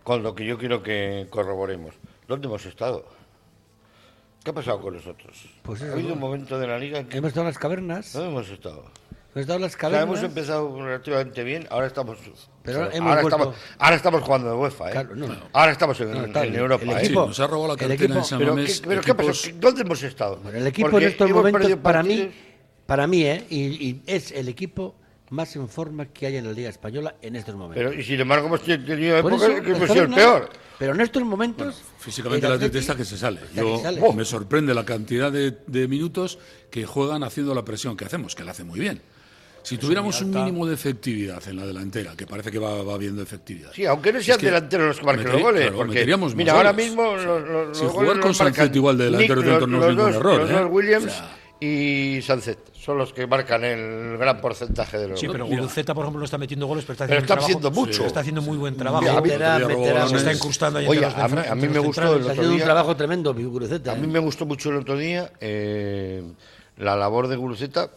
Speaker 3: con lo que yo quiero que corroboremos. ¿Dónde hemos estado? ¿Qué ha pasado con nosotros?
Speaker 4: Pues
Speaker 3: ha
Speaker 4: eso,
Speaker 3: habido
Speaker 4: ¿no?
Speaker 3: un momento de la liga que...
Speaker 4: Hemos estado en las cavernas.
Speaker 3: ¿Dónde hemos estado?
Speaker 4: Hemos estado en las
Speaker 3: ¿Eh? O sea,
Speaker 4: cavernas.
Speaker 3: hemos empezado relativamente bien, ahora estamos.
Speaker 4: Pero
Speaker 3: ahora,
Speaker 4: hemos vuelto-
Speaker 3: estamos, ahora estamos jugando de UEFA, ¿eh?
Speaker 4: Claro, no.
Speaker 3: Ahora estamos en,
Speaker 4: No, está
Speaker 3: en
Speaker 4: bien.
Speaker 3: Europa.
Speaker 4: El
Speaker 3: ¿eh?
Speaker 4: equipo- Sí, nos ha robado la el cartera equipo- en San
Speaker 3: pero
Speaker 4: Mamés,
Speaker 3: ¿qué, pero ¿qué
Speaker 4: equipos-
Speaker 3: pasó? ¿Qué- ¿Dónde hemos estado?
Speaker 4: El equipo
Speaker 3: Porque
Speaker 4: en estos
Speaker 3: hemos
Speaker 4: momentos,
Speaker 3: perdido
Speaker 4: para
Speaker 3: partidos-
Speaker 4: mí, para mí, ¿eh? Y, y es el equipo más en forma que hay en la Liga Española en estos momentos.
Speaker 3: Pero, y sin embargo, hemos tenido
Speaker 4: Por
Speaker 3: épocas
Speaker 4: eso,
Speaker 3: que hemos
Speaker 4: las
Speaker 3: sido el
Speaker 4: cavernas-
Speaker 3: peor.
Speaker 4: Pero en estos momentos.
Speaker 5: Físicamente el Atleti está que se sale. Yo,
Speaker 4: que sale.
Speaker 5: ¡Oh! me sorprende la cantidad de, de minutos que juegan haciendo la presión que hacemos, que la hace muy bien. Si tuviéramos un mínimo de efectividad en la delantera, que parece que va, va habiendo efectividad.
Speaker 3: Sí, aunque no sean
Speaker 5: Es que
Speaker 3: delanteros los que marquen
Speaker 5: meteri-
Speaker 3: los goles.
Speaker 5: claro,
Speaker 3: porque,
Speaker 5: meteríamos más
Speaker 3: mira, ahora
Speaker 5: goles.
Speaker 3: mismo los, los,
Speaker 5: Si
Speaker 3: los
Speaker 5: jugar
Speaker 3: goles
Speaker 5: con
Speaker 3: los marcan
Speaker 5: Sancet igual de delantero, tanto no es
Speaker 3: los
Speaker 5: ningún
Speaker 3: dos-
Speaker 5: error,
Speaker 3: Los
Speaker 5: ¿eh?
Speaker 3: dos Williams
Speaker 5: O sea-
Speaker 3: y Sancet son los que marcan el gran porcentaje de los
Speaker 6: Sí, pero
Speaker 3: Mira,
Speaker 6: Guruceta, por ejemplo, no está metiendo goles, pero está
Speaker 3: Pero
Speaker 6: haciendo, un
Speaker 3: está
Speaker 6: trabajo-
Speaker 3: haciendo mucho.
Speaker 6: Está haciendo muy buen trabajo.
Speaker 3: Ya, a mí-
Speaker 6: Meterá, meterá,
Speaker 3: Robles.
Speaker 6: se está incrustando ahí
Speaker 3: Oye,
Speaker 6: entre los
Speaker 3: a mí,
Speaker 6: centrales,
Speaker 3: a mí
Speaker 6: entre
Speaker 3: me
Speaker 6: los
Speaker 3: gustó
Speaker 6: centrales.
Speaker 3: el otro
Speaker 6: Está haciendo un
Speaker 3: día.
Speaker 6: trabajo
Speaker 4: tremendo, eh,
Speaker 3: A mí me gustó mucho el otro día eh, la labor de Guruceta.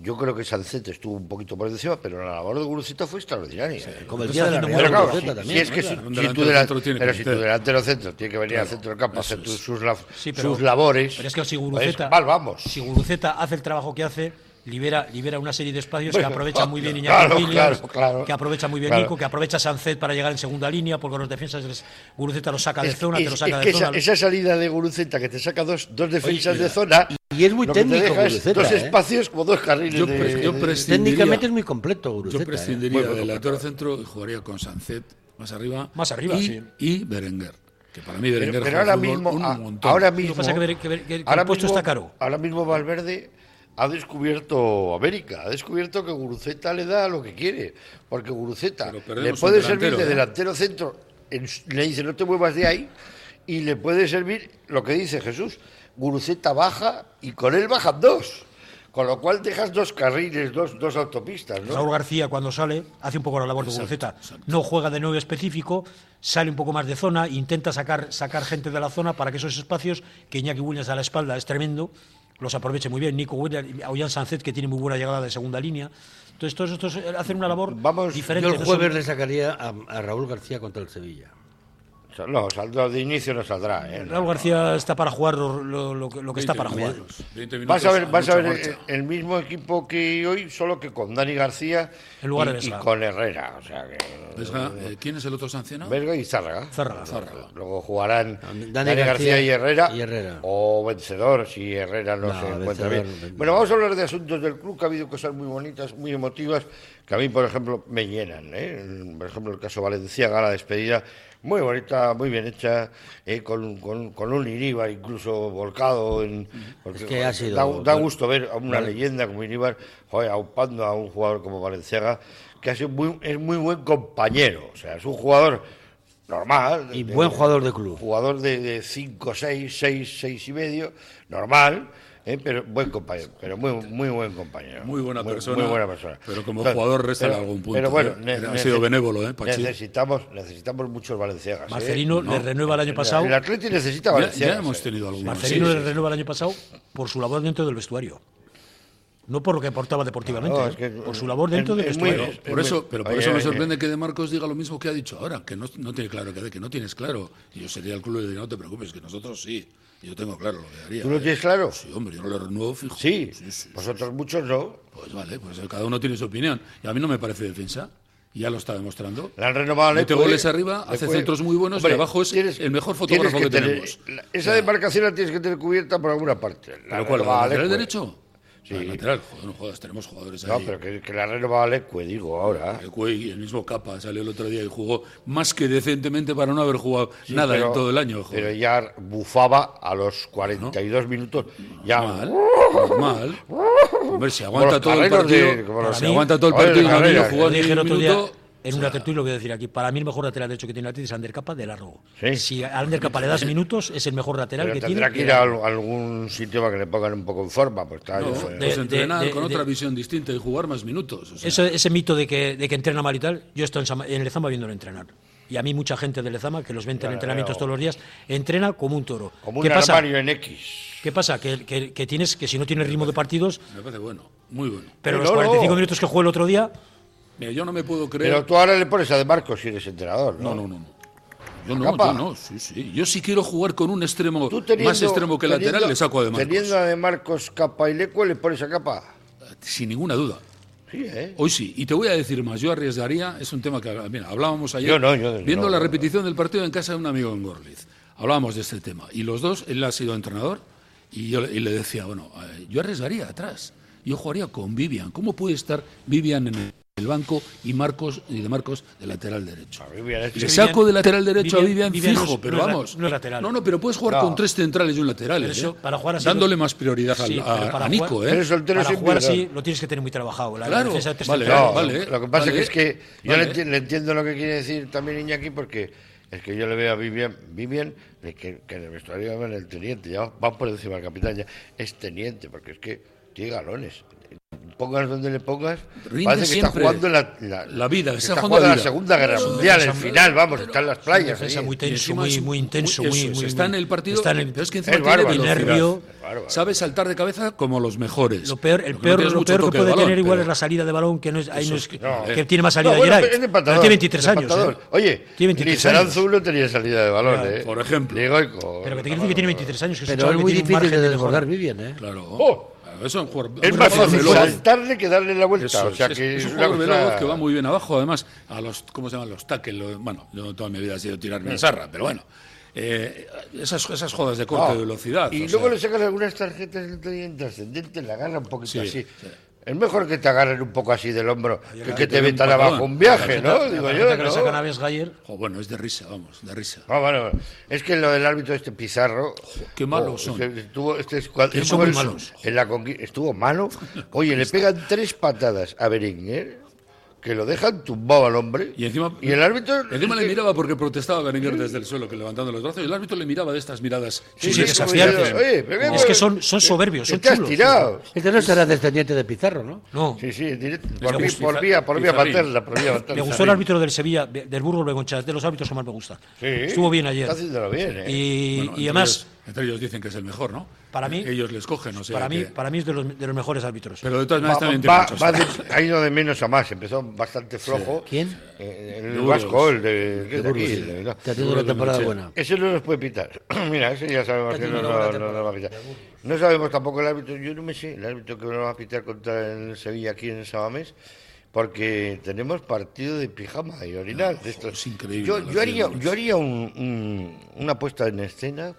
Speaker 3: Yo creo que Sancet estuvo un poquito por encima, pero la labor de Guruceta fue extraordinaria. ¿eh?
Speaker 4: como el día de la
Speaker 3: Pero
Speaker 4: Real
Speaker 3: claro,
Speaker 4: Guruceta
Speaker 3: si-
Speaker 4: también,
Speaker 3: Si es que
Speaker 4: ¿no?
Speaker 3: si-
Speaker 4: Claro,
Speaker 3: si
Speaker 4: un
Speaker 3: tu
Speaker 4: delantero centro
Speaker 3: delan-
Speaker 4: tiene
Speaker 3: pero
Speaker 4: que
Speaker 3: si tu
Speaker 4: meter.
Speaker 3: delantero centro tiene que venir al
Speaker 4: Claro,
Speaker 3: centro del campo a hacer
Speaker 4: eso
Speaker 3: tus-
Speaker 4: es.
Speaker 3: sus, laf-
Speaker 6: Sí, pero-
Speaker 3: sus labores,
Speaker 6: Pero es que si
Speaker 3: pues
Speaker 6: Guruceta,
Speaker 3: mal vamos.
Speaker 6: Si Guruceta hace el trabajo que hace, libera, libera una serie de espacios
Speaker 3: Bueno,
Speaker 6: que aprovecha muy bien Iñaki
Speaker 3: claro,
Speaker 6: Williams,
Speaker 3: claro, claro.
Speaker 6: que aprovecha muy bien
Speaker 3: Claro.
Speaker 6: Nico, que aprovecha Sancet para llegar en segunda línea, porque a los defensas les- Guruceta los saca de
Speaker 3: Es-
Speaker 6: zona,
Speaker 3: es-
Speaker 6: te los saca
Speaker 3: es
Speaker 6: de
Speaker 3: que
Speaker 6: zona.
Speaker 3: esa, esa salida de Guruceta que te saca dos, dos defensas de zona.
Speaker 4: Y es muy
Speaker 3: lo que te
Speaker 4: técnico,
Speaker 3: deja es
Speaker 4: Guruceta,
Speaker 3: Dos
Speaker 4: ¿eh?
Speaker 3: espacios como dos carriles.
Speaker 5: Yo
Speaker 3: de-
Speaker 5: pres- yo
Speaker 3: de-
Speaker 5: prescindiría-
Speaker 4: Técnicamente es muy completo, Guruceta.
Speaker 5: Yo prescindiría
Speaker 4: ¿eh?
Speaker 5: del lateral centro y jugaría con Sancet más arriba.
Speaker 6: Más arriba,
Speaker 5: y,
Speaker 6: sí.
Speaker 5: y Berenguer. Que para mí
Speaker 3: Pero-
Speaker 5: Berenguer
Speaker 3: pero,
Speaker 5: juega
Speaker 3: ahora
Speaker 5: al fútbol
Speaker 3: mismo,
Speaker 5: un
Speaker 3: a-
Speaker 5: montón.
Speaker 3: ahora mismo,
Speaker 6: pasa que ver- que ver- que el
Speaker 3: ahora
Speaker 6: puesto está caro.
Speaker 3: Ahora mismo Valverde ha descubierto América, ha descubierto que Guruceta le da lo que quiere, porque Guruceta le
Speaker 5: perdemos
Speaker 3: puede
Speaker 5: un
Speaker 3: servir
Speaker 5: delantero,
Speaker 3: de
Speaker 5: ¿eh?
Speaker 3: delantero centro, en- le dice no te muevas de ahí, y le puede servir lo que dice Jesús, Guruceta baja y con él bajan dos. Con lo cual dejas dos carriles, dos, dos autopistas, ¿no?
Speaker 6: Raúl García cuando sale hace un poco la labor de
Speaker 3: Exacto,
Speaker 6: Guruceta.
Speaker 3: exacto.
Speaker 6: No juega de nuevo específico, sale un poco más de zona, intenta sacar, sacar gente de la zona para que esos espacios que Iñaki Williams da a la espalda es tremendo, los aproveche muy bien. Nico Williams, Ollán Sancet que tiene muy buena llegada de segunda línea. Entonces todos estos eh, hacen una labor diferente.
Speaker 4: Yo el
Speaker 6: no
Speaker 4: jueves
Speaker 6: son-
Speaker 4: le sacaría a, a Raúl García contra el Sevilla.
Speaker 3: No, saldrá, de inicio no saldrá. ¿eh?
Speaker 6: Raúl García está para jugar lo, lo- lo que- lo que está
Speaker 3: 20
Speaker 6: para jugar.
Speaker 3: minutos, Vas a ver, vas a ver eh, el mismo equipo que hoy, solo que con Dani García
Speaker 5: En lugar
Speaker 3: y,
Speaker 5: de Vesga.
Speaker 3: y con Herrera. O sea que,
Speaker 5: Vesga, eh, ¿Quién es el otro sancionado?
Speaker 3: Verga y Zárraga.
Speaker 5: Zárraga.
Speaker 3: Luego jugarán Dani, García,
Speaker 5: García
Speaker 3: y, Herrera, O Vencedor, si Herrera no,
Speaker 5: No,
Speaker 3: se encuentra
Speaker 5: Vencedor,
Speaker 3: bien.
Speaker 5: Vencedor.
Speaker 3: Bueno, vamos a hablar de asuntos del club, que ha habido cosas muy bonitas, muy emotivas, que a mí, por ejemplo, me llenan. ¿eh? El- Por ejemplo, el caso Valenciaga, la despedida, muy bonita, muy bien hecha, eh, con, con- con un Iribar incluso volcado. En, porque,
Speaker 4: que ha
Speaker 3: joder,
Speaker 4: sido-
Speaker 3: da, da gusto ver a una
Speaker 4: Vale.
Speaker 3: leyenda como Iribar, joder, aupando a un jugador como Valenciaga, que ha sido muy, es muy buen compañero. O sea, es un jugador normal.
Speaker 4: Y buen jugador de club.
Speaker 3: Jugador de 5, 6, 6, 6 y medio, normal, ¿eh? pero buen compañero, pero muy, muy buen compañero.
Speaker 5: Muy buena persona,
Speaker 3: Muy buena persona.
Speaker 5: pero como jugador resta en algún punto,
Speaker 3: Pero bueno,
Speaker 5: ¿eh?
Speaker 3: ne-
Speaker 5: Ha sido
Speaker 3: nece-
Speaker 5: benévolo, ¿eh, Pachi?
Speaker 3: Necesitamos, necesitamos muchos valenciagas. ¿eh?
Speaker 6: Marcelino
Speaker 3: No.
Speaker 6: le renueva el año pasado.
Speaker 3: El Atleti necesita
Speaker 6: Ya-
Speaker 3: valenciagas.
Speaker 6: ya hemos
Speaker 3: ¿eh?
Speaker 6: tenido
Speaker 3: Sí,
Speaker 6: Marcelino
Speaker 3: sí,
Speaker 6: le
Speaker 3: sí.
Speaker 6: renueva el año pasado por su labor dentro del vestuario. No por lo que aportaba deportivamente,
Speaker 3: No,
Speaker 6: ¿eh?
Speaker 3: es que-
Speaker 6: por su labor dentro
Speaker 3: es-
Speaker 6: del
Speaker 3: es muy-
Speaker 6: vestuario.
Speaker 3: es
Speaker 5: Por eso, pero por
Speaker 3: Oye,
Speaker 5: eso me
Speaker 3: oye. eh.
Speaker 5: sorprende que De Marcos diga lo mismo que ha dicho ahora, que no, no tiene claro que, de- que no tienes claro. Y yo sería el club y le diría, no te preocupes, que nosotros sí. Yo tengo claro lo que haría.
Speaker 3: ¿Tú lo
Speaker 5: ¿eh?
Speaker 3: tienes claro?
Speaker 5: Sí, hombre, yo no lo renuevo fijo.
Speaker 3: Sí,
Speaker 5: sí.
Speaker 3: vosotros muchos no.
Speaker 5: Pues vale, pues cada uno tiene su opinión. Y a mí no me parece defensa. y Ya lo está demostrando.
Speaker 3: La han renovado
Speaker 5: Mete
Speaker 3: Leque,
Speaker 5: goles
Speaker 3: oye,
Speaker 5: arriba, hace
Speaker 3: Leque.
Speaker 5: centros muy buenos
Speaker 3: Hombre,
Speaker 5: y abajo es el mejor
Speaker 3: Tienes
Speaker 5: fotógrafo
Speaker 3: que
Speaker 5: que,
Speaker 3: tener-
Speaker 5: tenemos.
Speaker 3: la- esa demarcación la tienes que tener cubierta por alguna parte. La
Speaker 5: ¿Pero cuál? ¿La
Speaker 3: renovaba
Speaker 5: lateral
Speaker 3: Leque.
Speaker 5: derecho?
Speaker 3: eh. Sí.
Speaker 5: La lateral, joder, no jodas, tenemos jugadores
Speaker 3: No,
Speaker 5: ahí.
Speaker 3: pero que, que la ha renovado Leque, digo, ahora.
Speaker 5: Leque y el mismo Capa salió el otro día y jugó más que decentemente para no haber jugado
Speaker 3: Sí,
Speaker 5: nada
Speaker 3: pero-
Speaker 5: en todo el año. Joder.
Speaker 3: Pero ya bufaba a los 42 minutos. Ya.
Speaker 5: Normal. Hombre, si aguanta todo el partido, si
Speaker 6: mí-
Speaker 5: aguanta todo el
Speaker 6: Para
Speaker 5: partido y
Speaker 6: mí,
Speaker 5: Gabriel
Speaker 3: eh,
Speaker 6: yo
Speaker 5: jugó ni
Speaker 6: dije el
Speaker 5: un
Speaker 6: otro día
Speaker 5: minuto,
Speaker 6: en una tertulia lo voy a decir aquí. Para mí el mejor lateral derecho que tiene el Atleti es Ander Capa de largo.
Speaker 3: Sí.
Speaker 6: Si a Ander Capa le das minutos es el mejor lateral
Speaker 3: Pero
Speaker 6: que tiene.
Speaker 3: tendrá que ir a al- algún sitio para que le pongan un poco en forma. Pues está,
Speaker 5: No,
Speaker 3: yo
Speaker 5: pues
Speaker 3: sé.
Speaker 5: entrenar
Speaker 6: de-
Speaker 5: con
Speaker 6: de-
Speaker 5: otra visión distinta y jugar más minutos. o sea,
Speaker 6: Ese, ese mito de que, de que entrena mal y tal, yo estoy en, Sama- en Lezama viéndolo entrenar. Y a mí mucha gente de Lezama, que los ve en
Speaker 3: Claro.
Speaker 6: entrenamientos todos los días, entrena como un toro.
Speaker 3: Como
Speaker 6: ¿Qué
Speaker 3: un
Speaker 6: pasa?
Speaker 3: armario en X.
Speaker 6: ¿Qué pasa? Que, que- que tienes, que si no tienes ritmo de partidos,
Speaker 5: me parece bueno, muy bueno.
Speaker 6: pero
Speaker 3: No,
Speaker 6: los
Speaker 3: no.
Speaker 6: 45 minutos que jugó el otro día,
Speaker 5: Mira, yo no me puedo creer.
Speaker 3: Pero tú ahora le pones a De Marcos si eres entrenador. No,
Speaker 5: no, no. Yo no,
Speaker 3: Capa.
Speaker 5: yo no, sí, sí. Yo sí quiero jugar con un extremo
Speaker 3: Tú teniendo-
Speaker 5: más extremo que
Speaker 3: teniendo-
Speaker 5: lateral, le saco además.
Speaker 3: Teniendo a De Marcos capa y Leque, le pones a capa.
Speaker 5: Sin ninguna duda.
Speaker 3: Sí, ¿eh?
Speaker 5: Hoy sí, y te voy a decir más, yo arriesgaría, es un tema que mira, hablábamos ayer,
Speaker 3: Yo no, yo desde
Speaker 5: viendo
Speaker 3: luego,
Speaker 5: la
Speaker 3: no.
Speaker 5: repetición del partido en casa de un amigo en Gorliz, hablábamos de este tema, y los dos, él ha sido entrenador, y yo le- y le decía, bueno, eh, yo arriesgaría atrás, yo jugaría con Vivian, ¿cómo puede estar Vivian en el banco y Marcos y de Marcos de lateral derecho?
Speaker 3: Vivian es-
Speaker 5: Le
Speaker 3: Vivian-
Speaker 5: saco de lateral derecho
Speaker 6: Vivian-
Speaker 5: a Vivian,
Speaker 6: Vivian no
Speaker 5: fijo,
Speaker 6: es- no
Speaker 5: pero
Speaker 6: es la-
Speaker 5: vamos.
Speaker 6: no es lateral.
Speaker 5: No, no, pero puedes jugar
Speaker 6: No.
Speaker 5: con tres centrales y un lateral, ¿eh?
Speaker 6: Pero eso, para jugar así-
Speaker 5: dándole más prioridad al-
Speaker 6: sí,
Speaker 5: a,
Speaker 6: pero para
Speaker 5: a Nico,
Speaker 6: jugar,
Speaker 5: ¿eh?
Speaker 6: para jugar así lo tienes que tener muy trabajado. La
Speaker 5: Claro,
Speaker 6: defensa de tres
Speaker 5: vale,
Speaker 6: centrales.
Speaker 3: Lo que pasa
Speaker 5: vale,
Speaker 3: que es que yo
Speaker 5: vale.
Speaker 3: le, enti- le entiendo lo que quiere decir también Iñaki porque es que yo le veo a Vivian, Vivian de que, que en el vestuario llaman el teniente, ya van por encima del capitán, ya es teniente, porque es que tiene galones. Pongas donde le pongas,
Speaker 5: Rinde
Speaker 3: parece que
Speaker 5: siempre.
Speaker 3: está jugando la, la,
Speaker 5: La vida,
Speaker 3: que
Speaker 5: está
Speaker 3: está
Speaker 5: jugando la
Speaker 3: jugando la
Speaker 5: vida.
Speaker 3: Segunda Guerra
Speaker 5: Es un
Speaker 3: Mundial, el
Speaker 5: defensa-
Speaker 3: final, vamos, está en las
Speaker 6: Una
Speaker 3: playas.
Speaker 6: defensa
Speaker 3: ahí.
Speaker 6: muy
Speaker 5: Y
Speaker 6: tenso,
Speaker 5: encima
Speaker 6: muy,
Speaker 5: es un-
Speaker 6: muy intenso,
Speaker 5: eso
Speaker 6: muy,
Speaker 5: es,
Speaker 6: muy-
Speaker 5: está en el partido,
Speaker 6: está en el-
Speaker 5: pero es que
Speaker 6: es
Speaker 5: encima
Speaker 6: bárbaro,
Speaker 5: tiene
Speaker 6: el
Speaker 5: velocidad.
Speaker 6: nervio.
Speaker 5: Sabe saltar de cabeza como los mejores.
Speaker 6: Lo peor, el
Speaker 5: que no
Speaker 6: peor,
Speaker 5: tienes
Speaker 6: lo
Speaker 5: mucho
Speaker 6: peor que
Speaker 5: toque de
Speaker 6: puede
Speaker 5: balón,
Speaker 6: tener igual
Speaker 5: pero-
Speaker 6: es la salida de balón, que, no es, ahí
Speaker 5: Eso
Speaker 6: no
Speaker 5: es
Speaker 6: es-
Speaker 5: que- no,
Speaker 6: que
Speaker 5: eh.
Speaker 6: tiene más salida
Speaker 3: No, bueno,
Speaker 6: Geray.
Speaker 3: es de
Speaker 6: Pero
Speaker 3: patador,
Speaker 6: tiene 23
Speaker 3: es de
Speaker 6: años.
Speaker 3: patador.
Speaker 6: ¿eh?
Speaker 3: Oye,
Speaker 6: tiene 23 años.
Speaker 3: Lizaranzu no tenía salida de balón,
Speaker 6: Claro.
Speaker 3: ¿eh?
Speaker 5: Por ejemplo.
Speaker 3: Digo, y con-
Speaker 6: Pero que te quiero decir que tiene 23 años. Que es un
Speaker 4: Pero
Speaker 6: chaval
Speaker 4: es
Speaker 6: que
Speaker 4: muy
Speaker 6: tiene un
Speaker 4: difícil
Speaker 6: margen
Speaker 4: de
Speaker 6: mejora.
Speaker 4: desbordar Vivian, ¿eh?
Speaker 5: Claro.
Speaker 3: ¡Oh!
Speaker 5: Eso un jugador-
Speaker 3: Es
Speaker 5: un
Speaker 3: más
Speaker 5: jugador
Speaker 3: fácil
Speaker 5: veloz.
Speaker 3: saltarle que darle la vuelta.
Speaker 5: Eso
Speaker 3: o sea
Speaker 5: es,
Speaker 3: que
Speaker 5: es un
Speaker 3: una
Speaker 5: jugador
Speaker 3: cosa-
Speaker 5: veloz que va muy bien abajo, además, a los, ¿cómo se llaman? Los tackles, lo- bueno, yo toda mi vida he sido tirarme a sarra, pero bueno. Eh, esas, esas jodas de corte
Speaker 3: Ah,
Speaker 5: de velocidad.
Speaker 3: Y
Speaker 5: o
Speaker 3: luego
Speaker 5: sea,
Speaker 3: le sacas algunas tarjetas del día intrascendentes, le agarra un poquito
Speaker 5: Sí,
Speaker 3: así.
Speaker 5: sí.
Speaker 3: Es mejor que te agarren un poco así del hombro que que te
Speaker 5: den un
Speaker 3: metan
Speaker 5: patadón.
Speaker 3: abajo un viaje,
Speaker 5: La
Speaker 3: ¿no?
Speaker 5: tarjeta-
Speaker 3: Digo
Speaker 5: la
Speaker 3: yo,
Speaker 5: tarjeta que le
Speaker 3: ¿no?
Speaker 5: sacan
Speaker 6: a Vesgayer.
Speaker 5: jo, bueno, es de risa, vamos, de risa.
Speaker 3: Ah, bueno, es que lo del árbitro este Pizarro.
Speaker 5: qué malos son.
Speaker 3: este- estuvo, este es cua-
Speaker 5: Que son
Speaker 3: estuvo
Speaker 5: muy
Speaker 3: en-
Speaker 5: malos. [LAUGHS]
Speaker 3: en la conqui- estuvo malo. Oye, le pegan tres patadas a Berenguer. que lo dejan tumbado al hombre.
Speaker 5: Y encima,
Speaker 3: Y el árbitro.
Speaker 5: encima le miraba porque protestaba Berenguer desde el suelo, que levantando los brazos, y el árbitro le miraba de estas miradas.
Speaker 6: Sí, sí,
Speaker 5: chulescas que
Speaker 6: desafiantes.
Speaker 5: hacen.
Speaker 6: Oye, pero Es que son- son soberbios, son ¿Qué te has chulos. tirado?
Speaker 4: Este no será descendiente de Pizarro, ¿no?
Speaker 6: No.
Speaker 3: Sí, sí, directo.
Speaker 6: Me
Speaker 3: Por, mí-
Speaker 6: gusta.
Speaker 3: por vía, por vía
Speaker 6: Pizarrín.
Speaker 3: paterna, por vía paterna.
Speaker 6: Me gustó el árbitro del Sevilla, de- del Burgos Begonchas, de los árbitros que más me gusta.
Speaker 3: Sí,
Speaker 6: Estuvo bien ayer.
Speaker 3: está haciéndolo bien, ¿eh?
Speaker 6: Y,
Speaker 5: Bueno,
Speaker 6: y
Speaker 5: entre
Speaker 6: además,
Speaker 5: ellos- entre ellos dicen que es el mejor, ¿no?
Speaker 6: Para mí-
Speaker 5: Ellos les cogen, o sea.
Speaker 6: para, mí,
Speaker 5: que-
Speaker 6: para mí es de los, de los mejores árbitros.
Speaker 5: Pero de todas
Speaker 3: Va-
Speaker 5: maneras también tiene
Speaker 3: va-
Speaker 5: muchos.
Speaker 3: va de- ha ido de menos a más, empezó bastante flojo.
Speaker 4: ¿Quién?
Speaker 3: Eh, el
Speaker 5: De Burgos.
Speaker 3: vasco, el de. ¿qué es
Speaker 4: De Burgos,
Speaker 3: aquí?
Speaker 4: sí.
Speaker 3: El-
Speaker 4: Está haciendo una temporada buena.
Speaker 3: Ese no nos puede pitar. [CLEARS THROAT] Mira, ese ya sabemos
Speaker 4: Está
Speaker 3: que no,
Speaker 4: haciendo
Speaker 3: no-
Speaker 4: una buena
Speaker 3: no nos va a pitar. No sabemos tampoco el árbitro, yo no me sé, el árbitro que nos va a pitar contra el Sevilla aquí en Sabamés. Porque tenemos partido de pijama y orinal. de estos.
Speaker 5: increíble,
Speaker 3: Yo,
Speaker 5: las
Speaker 3: yo haría,
Speaker 5: diez
Speaker 3: yo haría un- un- una puesta en escena,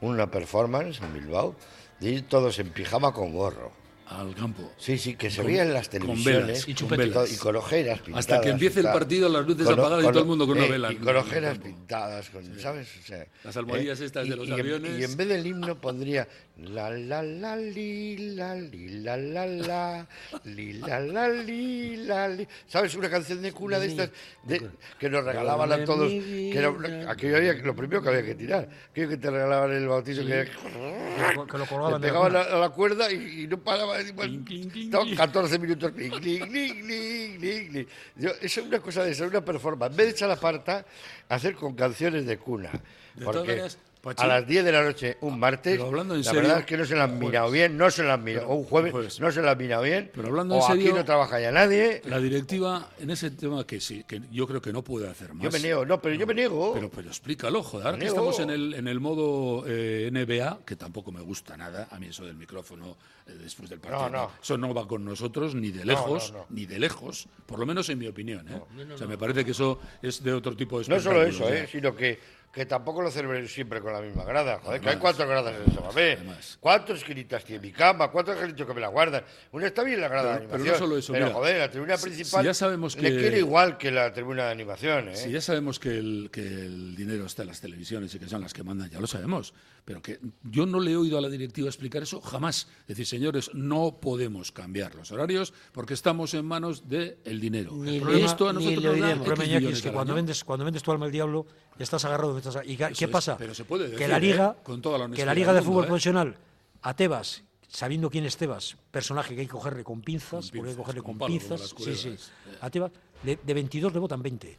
Speaker 3: una performance en Bilbao, de ir todos en pijama con gorro.
Speaker 5: Al campo.
Speaker 3: Sí, sí, que se
Speaker 5: Con-
Speaker 3: veían las
Speaker 5: con
Speaker 3: televisiones.
Speaker 5: velas,
Speaker 3: y,
Speaker 5: y
Speaker 3: con
Speaker 5: chupetas.
Speaker 3: todo- y con ojeras pintadas.
Speaker 5: Hasta que empiece
Speaker 3: y
Speaker 5: el
Speaker 3: tal.
Speaker 5: partido, las luces apagadas y todo el mundo con una vela.
Speaker 3: eh, Y con ojeras pintadas, con, ¿sabes? O sea, eh,
Speaker 5: Las almohadillas estas de
Speaker 3: y-
Speaker 5: los
Speaker 3: y en-
Speaker 5: aviones.
Speaker 3: y en vez del himno pondría la la la li la li la la la li la la li la li. ¿Sabes? Una canción de cuna de estas de- que nos regalaban a todos. Que era una- aquello había, lo primero que había que tirar. Aquello que te regalaban en el bautizo. Que,
Speaker 6: que lo
Speaker 3: le
Speaker 6: colgaban de la
Speaker 3: pegaban
Speaker 6: cuna.
Speaker 3: a, a la cuerda y, y no paraba. y bueno, estaban 14 minutos. clic, clic, clic, clic, clic, clic. Yo, eso es una cosa de esa, una performance. En vez de echar la parta, hacer con canciones de cuna.
Speaker 5: De todas
Speaker 3: Porque
Speaker 5: maneras, Pachi-
Speaker 3: a las 10 de la noche, un martes,
Speaker 5: pero hablando en
Speaker 3: la
Speaker 5: serio,
Speaker 3: verdad es que no se la han
Speaker 5: jueves.
Speaker 3: mirado bien, no se la han mirado.
Speaker 5: Pero-
Speaker 3: o un jueves,
Speaker 5: jueves.
Speaker 3: no se la han mirado bien.
Speaker 5: Pero hablando
Speaker 3: o
Speaker 5: en serio,
Speaker 3: aquí no trabaja ya nadie.
Speaker 5: La directiva en ese tema que sí, que yo creo que no puede hacer más.
Speaker 3: Yo me niego, no, pero yo me niego.
Speaker 5: Pero, pues pero explícalo, joder. Ahora que
Speaker 3: Me niego.
Speaker 5: estamos en el, en el modo eh, NBA, que tampoco me gusta nada, a mí eso del micrófono eh, después del partido.
Speaker 3: no.
Speaker 5: Eso no va con nosotros ni de
Speaker 3: No,
Speaker 5: lejos,
Speaker 3: no, no.
Speaker 5: ni de lejos, por lo menos en mi opinión. ¿eh? o sea, me parece que eso es de otro tipo de
Speaker 3: No solo
Speaker 5: espectáculo,
Speaker 3: eso,
Speaker 5: o sea.
Speaker 3: eh, sino que, que tampoco lo celebren siempre con la misma grada. Joder, que hay cuatro gradas en el Sabamé. ¿Cuántas gritas tiene mi cama? ¿Cuántos angelitos que me la guardan? Una está bien la grada de
Speaker 5: Pero- pero no
Speaker 3: animación.
Speaker 5: solo eso,
Speaker 3: Pero
Speaker 5: mira,
Speaker 3: joder, la tribuna
Speaker 5: si- si
Speaker 3: principal
Speaker 5: ya sabemos
Speaker 3: le
Speaker 5: que-
Speaker 3: quiere igual que la tribuna de animación. ¿eh?
Speaker 5: Si ya sabemos que el, que el dinero está en las televisiones y que son las que mandan, ya lo sabemos. Pero que yo no le he oído a la directiva explicar eso jamás. Decir, señores, no podemos cambiar los horarios porque estamos en manos del dinero.
Speaker 4: Ni
Speaker 5: Y
Speaker 4: le-
Speaker 5: esto a
Speaker 4: ni
Speaker 5: nosotros
Speaker 4: le
Speaker 5: nos da
Speaker 6: El problema,
Speaker 5: X
Speaker 6: Iñaki,
Speaker 5: millones
Speaker 6: es que
Speaker 5: al
Speaker 6: cuando
Speaker 5: año.
Speaker 6: vendes, cuando vendes tu alma al diablo, ya estás agarrado. estás a- ¿Y qué-
Speaker 5: Eso
Speaker 6: qué
Speaker 5: es,
Speaker 6: pasa?
Speaker 5: pero se puede
Speaker 6: que
Speaker 5: decir,
Speaker 6: la
Speaker 5: ¿eh?
Speaker 6: liga,
Speaker 5: Con toda la
Speaker 6: que
Speaker 5: honestidad
Speaker 6: la liga
Speaker 5: del
Speaker 6: de
Speaker 5: mundo,
Speaker 6: fútbol
Speaker 5: ¿eh?
Speaker 6: profesional, a Tebas, sabiendo quién es Tebas, personaje que hay que cogerle con pinzas, porque hay que cogerle
Speaker 5: con
Speaker 6: con,
Speaker 5: palo, como
Speaker 6: pinzas,
Speaker 5: las
Speaker 6: sí, sí.
Speaker 5: culebras,
Speaker 6: A Tebas, le- de, 22 le votan 20.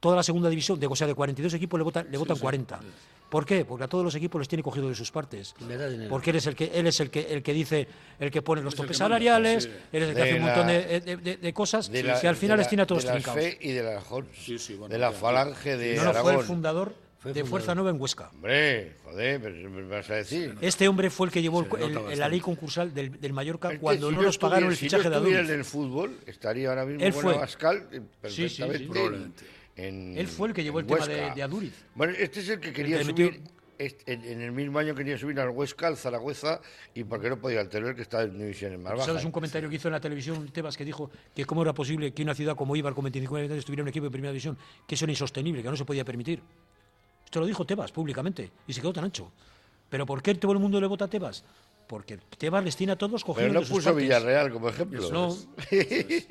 Speaker 6: Toda la segunda división, de, o sea, de 42 equipos le votan, le votan 40. ¿Por qué? Porque a todos los equipos les tiene cogido de sus partes.
Speaker 4: Le da dinero.
Speaker 6: Porque él es el que él es el que el que dice, el que pone los
Speaker 4: Es el
Speaker 6: topes
Speaker 4: que manda,
Speaker 6: salariales,
Speaker 4: sí.
Speaker 6: él es el que
Speaker 3: De
Speaker 6: hace un montón
Speaker 3: la-
Speaker 6: de, de- de- de cosas
Speaker 3: De la-
Speaker 6: que al
Speaker 3: de
Speaker 6: final les
Speaker 3: la-
Speaker 6: tiene a todos
Speaker 3: de la
Speaker 6: trincados
Speaker 3: fe y de la, jor- de la falange de
Speaker 6: no, no, fue el
Speaker 3: Aragón.
Speaker 6: fundador de
Speaker 3: fundador.
Speaker 6: Fuerza Nueva en Huesca.
Speaker 3: Hombre, joder, pero me vas a decir.
Speaker 6: Este hombre fue el que llevó el-
Speaker 3: Se nota
Speaker 6: el-
Speaker 3: bastante.
Speaker 6: la ley concursal del, del Mallorca
Speaker 3: Es que
Speaker 6: cuando
Speaker 3: si
Speaker 6: no
Speaker 3: yo
Speaker 6: nos pagaron el
Speaker 3: estuviera-
Speaker 6: fichaje
Speaker 3: si yo
Speaker 6: de
Speaker 3: estuviera
Speaker 6: Adulf.
Speaker 3: en el fútbol, estaría ahora mismo
Speaker 6: Él
Speaker 3: bueno
Speaker 6: fue.
Speaker 3: Pascal eh,
Speaker 6: Sí, sí, sí,
Speaker 3: perfectamente.
Speaker 6: sí.
Speaker 3: en-
Speaker 6: Probablemente.
Speaker 3: en-
Speaker 6: Él fue el que llevó
Speaker 3: en
Speaker 6: el tema de-
Speaker 3: Huesca.
Speaker 6: de Aduriz.
Speaker 3: Bueno, este es el que quería
Speaker 6: que le metió-
Speaker 3: subir. este- en, en el mismo año quería subir al Huesca, al Zaragoza, y porque no podía al Teruel, que está en divisiones más bajas.
Speaker 6: ¿Sabes un comentario que hizo en la televisión Tebas que dijo que cómo era posible que una ciudad como Ibar con 25 habitantes tuviera un equipo de primera división? Que eso era insostenible, que no se podía permitir. Esto lo dijo Tebas públicamente y se quedó tan ancho. ¿Pero por qué todo el mundo le vota a Tebas? Porque Tebas les tiene a todos cogidos
Speaker 3: Pero no
Speaker 6: de sus
Speaker 3: puso
Speaker 6: partes. Pues
Speaker 3: Villarreal como ejemplo.
Speaker 6: No.
Speaker 3: [LAUGHS]
Speaker 6: Pues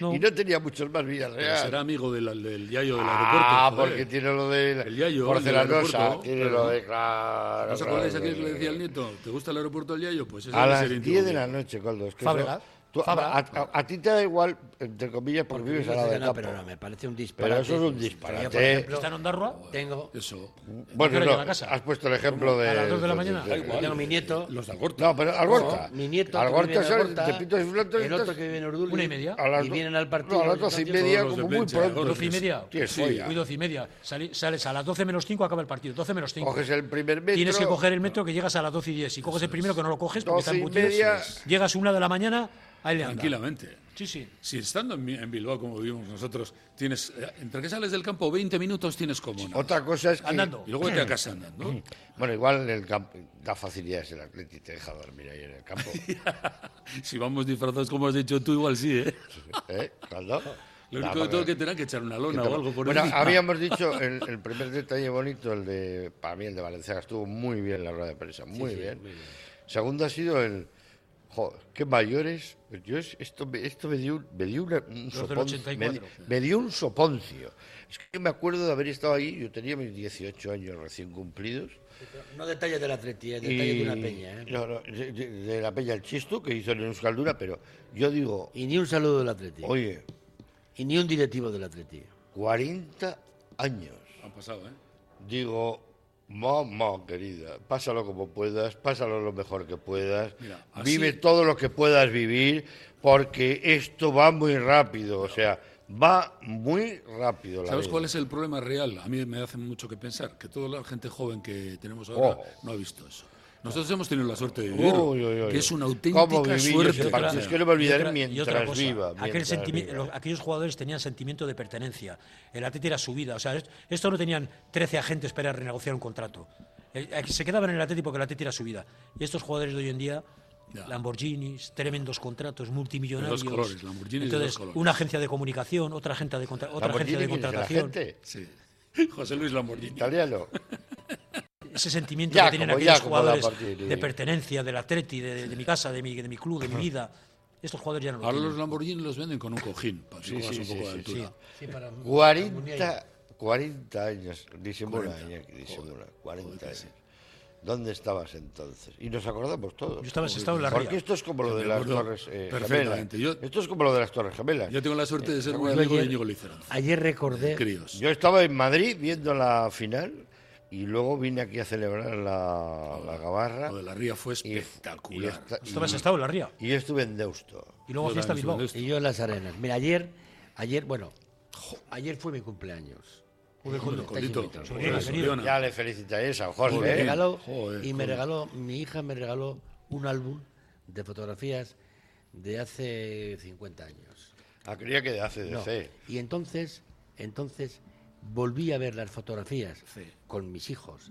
Speaker 3: y no tenía muchos más
Speaker 5: Pero
Speaker 3: Villarreal.
Speaker 5: será amigo del, del Yayo del aeropuerto.
Speaker 3: Ah,
Speaker 5: joder.
Speaker 3: porque tiene lo de
Speaker 5: El Yayo, el del
Speaker 3: porcelanosa,
Speaker 5: aeropuerto,
Speaker 3: tiene
Speaker 5: claro.
Speaker 3: lo de claro.
Speaker 5: ¿No os acordáis
Speaker 3: claro,
Speaker 5: aquel que le
Speaker 3: claro.
Speaker 5: decía al nieto? ¿Te gusta el aeropuerto del Yayo? Pues ese
Speaker 3: A
Speaker 5: debe
Speaker 3: las
Speaker 5: ser
Speaker 3: 10
Speaker 5: íntimo
Speaker 3: de la
Speaker 5: mío.
Speaker 3: noche, Coldo. Es que
Speaker 5: Fábregas,
Speaker 3: eso- tú- a, a- a ti te da igual, entre comillas, porque, vives
Speaker 4: no
Speaker 3: al lado
Speaker 4: sé
Speaker 3: del
Speaker 4: que no,
Speaker 3: campo.
Speaker 4: pero no, me parece un
Speaker 3: Pero
Speaker 4: disparate.
Speaker 3: eso es un
Speaker 4: Pero yo, por
Speaker 3: disparate.
Speaker 4: ejemplo,
Speaker 6: ¿Está en Ondarroa?
Speaker 4: Tengo.
Speaker 5: Eso.
Speaker 3: bueno,
Speaker 4: ¿A qué hora llega
Speaker 3: no,
Speaker 4: a casa?
Speaker 3: has puesto el ejemplo de...
Speaker 4: A las 2 de la
Speaker 3: de-
Speaker 4: mañana.
Speaker 3: de-
Speaker 4: Da igual. Tengo mi nieto.
Speaker 5: Los de Algorta.
Speaker 3: No, pero Algorta.
Speaker 4: Mi nieto.
Speaker 3: Algorta
Speaker 4: que vive en
Speaker 3: es el-
Speaker 4: Algorta,
Speaker 3: te pitas y flatas y
Speaker 4: El otro
Speaker 3: estás-
Speaker 4: que vive en Ordulio.
Speaker 6: Una y media.
Speaker 3: A las
Speaker 4: Y
Speaker 3: do-
Speaker 4: vienen al partido.
Speaker 3: no, a las doce y media, como muy
Speaker 4: ¿eh?
Speaker 3: pronto.
Speaker 6: Doce y media.
Speaker 3: Tienes folla.
Speaker 6: Uy, doce y media. Sali- sales a las 12 menos 5, acaba el partido. 12 menos 5.
Speaker 3: Coges el primer metro.
Speaker 6: Tienes que coger el metro que llegas a las 12 y 10. Si coges el primero que no lo coges, porque está
Speaker 3: Doce y
Speaker 6: embutido.
Speaker 3: media.
Speaker 6: Llegas una de la mañana, ahí le anda.
Speaker 5: Tranquilamente.
Speaker 6: Sí, sí.
Speaker 5: Si estando en, Bi- en Bilbao, como vivimos nosotros, tienes eh, entre que sales del campo 20 minutos tienes como nada.
Speaker 3: Otra cosa es que...
Speaker 5: Andando. Y luego vete a casa
Speaker 3: [LAUGHS]
Speaker 5: andando.
Speaker 3: Bueno, igual el campo da facilidades el Atleti, te deja dormir ahí en
Speaker 5: [LAUGHS]
Speaker 3: el campo.
Speaker 5: Si vamos disfrazados como has dicho tú, igual sí, ¿eh?
Speaker 3: ¿Eh, Coldo?
Speaker 5: Lo
Speaker 3: Da
Speaker 5: único que tengo
Speaker 3: facilidades.
Speaker 5: que tener que echar una lona
Speaker 3: Que
Speaker 5: o
Speaker 3: toma-
Speaker 5: algo por Ah,
Speaker 3: bueno,
Speaker 5: encima.
Speaker 3: habíamos dicho el, el primer detalle bonito, el de para mí el de Valenciaga estuvo muy bien en la rueda de prensa, muy,
Speaker 4: sí,
Speaker 3: bien.
Speaker 4: muy bien.
Speaker 3: Segundo ha sido el Joder, qué mayores. Pues Yo es- esto, me- esto me dio, un- me dio una- un
Speaker 6: Los del
Speaker 3: soponcio. Me,
Speaker 6: 84.
Speaker 3: di- me dio un soponcio. Es que me acuerdo de haber estado ahí, yo tenía mis 18 años recién cumplidos.
Speaker 4: No detalles del Atleti, eh, detalles de una
Speaker 3: y-
Speaker 4: peña. ¿eh?
Speaker 3: no, no, de, de- de la peña El Chisto, que hizo en Euskaldura, pero yo digo... Y ni un saludo del Atlético. Oye. Y ni un directivo del Atlético. 40 años.
Speaker 5: Han pasado, ¿eh?
Speaker 3: Digo, mamá querida, pásalo como puedas, pásalo lo mejor que puedas,
Speaker 5: Mira, así-
Speaker 3: vive todo lo que puedas vivir, porque esto va muy rápido, o sea, va muy rápido. La
Speaker 5: ¿Sabes
Speaker 3: vida.
Speaker 5: cuál es el problema real? A mí me hace mucho que pensar, que toda la gente joven que tenemos ahora
Speaker 3: Oh.
Speaker 5: no ha visto eso. Nosotros hemos tenido la suerte de vivirlo,
Speaker 3: Uy, uy, uy.
Speaker 5: que es una auténtica
Speaker 3: ¿Cómo viví yo
Speaker 5: suerte.
Speaker 3: ese partido? Es que no me olvidaré mientras viva,
Speaker 6: Aquel
Speaker 3: mientras
Speaker 6: sentimi-
Speaker 3: viva.
Speaker 6: los- aquellos jugadores tenían sentimiento de pertenencia. El Atleti era su vida. O sea, est- esto no tenían 13 agentes para renegociar un contrato. Eh, eh, Se quedaban en el Atleti porque el Atleti era su vida. Y estos jugadores de hoy en día, Lamborghinis, tremendos contratos, multimillonarios.
Speaker 5: De dos colores, Lamborghinis de
Speaker 6: Entonces,
Speaker 5: dos colores.
Speaker 6: una agencia de comunicación, otra agencia de, contra- otra agencia de contratación.
Speaker 5: Sí. [LAUGHS] José Luis Lamborghini.
Speaker 3: Italiano.
Speaker 6: ese sentimiento
Speaker 3: Ya,
Speaker 6: que tienen
Speaker 3: como-
Speaker 6: aquellos
Speaker 3: ya, como la
Speaker 6: jugadores
Speaker 3: partida.
Speaker 6: de pertenencia, del Atleti, de, de mi casa, de mi, de mi club, de mi vida. Estos jugadores ya no lo
Speaker 5: Ahora
Speaker 6: tienen.
Speaker 5: los Lamborghini los venden con un cojín, para que
Speaker 3: Sí,
Speaker 5: cojas
Speaker 3: sí,
Speaker 5: un
Speaker 3: sí,
Speaker 5: poco de
Speaker 3: sí,
Speaker 5: altura.
Speaker 3: sí.
Speaker 4: Sí, para-
Speaker 3: 40, 40 años, disimula,
Speaker 5: 40,
Speaker 3: Iñaki, disimula, 40 años. ¿Dónde estabas entonces? Y nos acordamos todos.
Speaker 5: Yo estaba- estaba en la
Speaker 3: Porque
Speaker 5: ría.
Speaker 3: esto es como
Speaker 5: Yo
Speaker 3: lo de
Speaker 5: me
Speaker 3: las
Speaker 5: acuerdo
Speaker 3: Torres eh,
Speaker 5: perfectamente.
Speaker 3: Gemelas. Esto es como lo de las Torres Gemelas.
Speaker 5: Yo tengo la suerte de ser muy
Speaker 3: Yo
Speaker 5: amigo de
Speaker 3: ayer-
Speaker 5: Íñigo Liceranz.
Speaker 4: Ayer recordé
Speaker 3: Yo estaba en Madrid viendo la final y luego vine aquí a celebrar la, la gabarra.
Speaker 5: Lo de la Ría fue espectacular.
Speaker 6: ¿Estabas estado en la Ría?
Speaker 3: Y yo estuve en Deusto.
Speaker 4: Y yo en las arenas. Mira, ayer, ayer, bueno, ayer fue mi cumpleaños.
Speaker 3: Joder,
Speaker 4: Estáis
Speaker 3: joder, Colito.
Speaker 4: invitados.
Speaker 3: Joder, Joder, querido. Soriona. Ya le felicitáis a Jorge,
Speaker 4: Y me
Speaker 3: ¿eh?
Speaker 4: regaló,
Speaker 3: Joder,
Speaker 4: y me
Speaker 3: joder.
Speaker 4: regaló, mi hija me regaló un álbum de fotografías de hace 50 años.
Speaker 3: Ah, creía que de hace de hace.
Speaker 4: Y entonces, entonces volví a ver las fotografías con mis hijos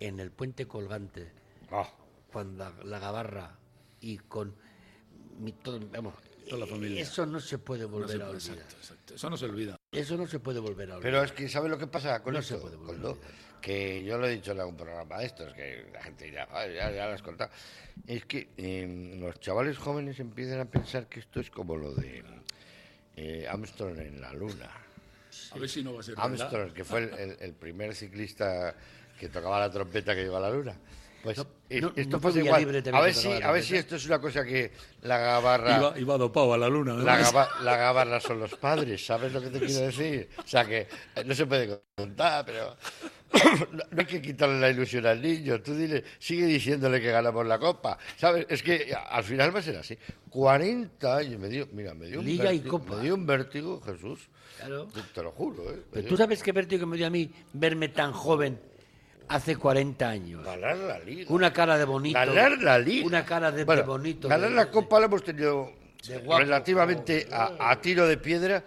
Speaker 4: en el puente colgante, Ah, cuando la, la gabarra y con mi- todo- vamos, eh,
Speaker 5: Toda la familia.
Speaker 4: Eso no se puede
Speaker 5: No se
Speaker 4: volver a
Speaker 5: puede,
Speaker 4: olvidar.
Speaker 5: exacto, exacto. Eso no se olvida.
Speaker 4: Eso no se puede volver a olvidar.
Speaker 3: Ah, Pero es que, ¿sabes lo que pasa con
Speaker 4: No
Speaker 3: esto?
Speaker 4: se puede volver
Speaker 3: Coldo? que yo lo he dicho en algún programa de estos, que la gente dirá, "Ay, ya, ya lo has contado. Es que eh, los chavales jóvenes empiezan a pensar que esto es como lo de eh, Armstrong en la luna.
Speaker 5: A ver si no va a ser verdad.
Speaker 3: Armstrong, que fue Ah, el, el- el primer ciclista que tocaba la trompeta que llegó a la luna. Pues es-
Speaker 4: no-
Speaker 3: esto
Speaker 4: no
Speaker 3: pasa
Speaker 4: fue
Speaker 3: igual.
Speaker 4: Villalibre también
Speaker 3: A
Speaker 4: que
Speaker 3: ver, si,
Speaker 4: tocaba la
Speaker 3: a ver si
Speaker 4: trompeta.
Speaker 3: esto es una cosa que la gabarra...
Speaker 5: Iba, iba dopado a la luna.
Speaker 3: La,
Speaker 5: además.
Speaker 3: gaba- la gabarra son los padres, ¿sabes lo que te quiero decir? O sea que eh, no se puede contar, pero [COUGHS] no no hay que quitarle la ilusión al niño. Tú dile, sigue diciéndole que ganamos la copa, ¿sabes? Es que a- al final va a ser así. 40 años, me dio, mira, me dio un
Speaker 4: Liga y
Speaker 3: vértigo,
Speaker 4: copa.
Speaker 3: me dio un vértigo, Jesús.
Speaker 4: Claro.
Speaker 3: Te, te lo juro, ¿eh? Me
Speaker 4: Pero
Speaker 3: dio-
Speaker 4: tú sabes qué vértigo me dio a mí verme tan joven hace 40 años.
Speaker 3: Ganar la liga.
Speaker 4: Una cara de bonito.
Speaker 3: Ganar la liga.
Speaker 4: Una cara de, de
Speaker 3: Bueno,
Speaker 4: bonito.
Speaker 3: Ganar
Speaker 4: de-
Speaker 3: la copa la hemos tenido
Speaker 4: guapo,
Speaker 3: relativamente a, a tiro de piedra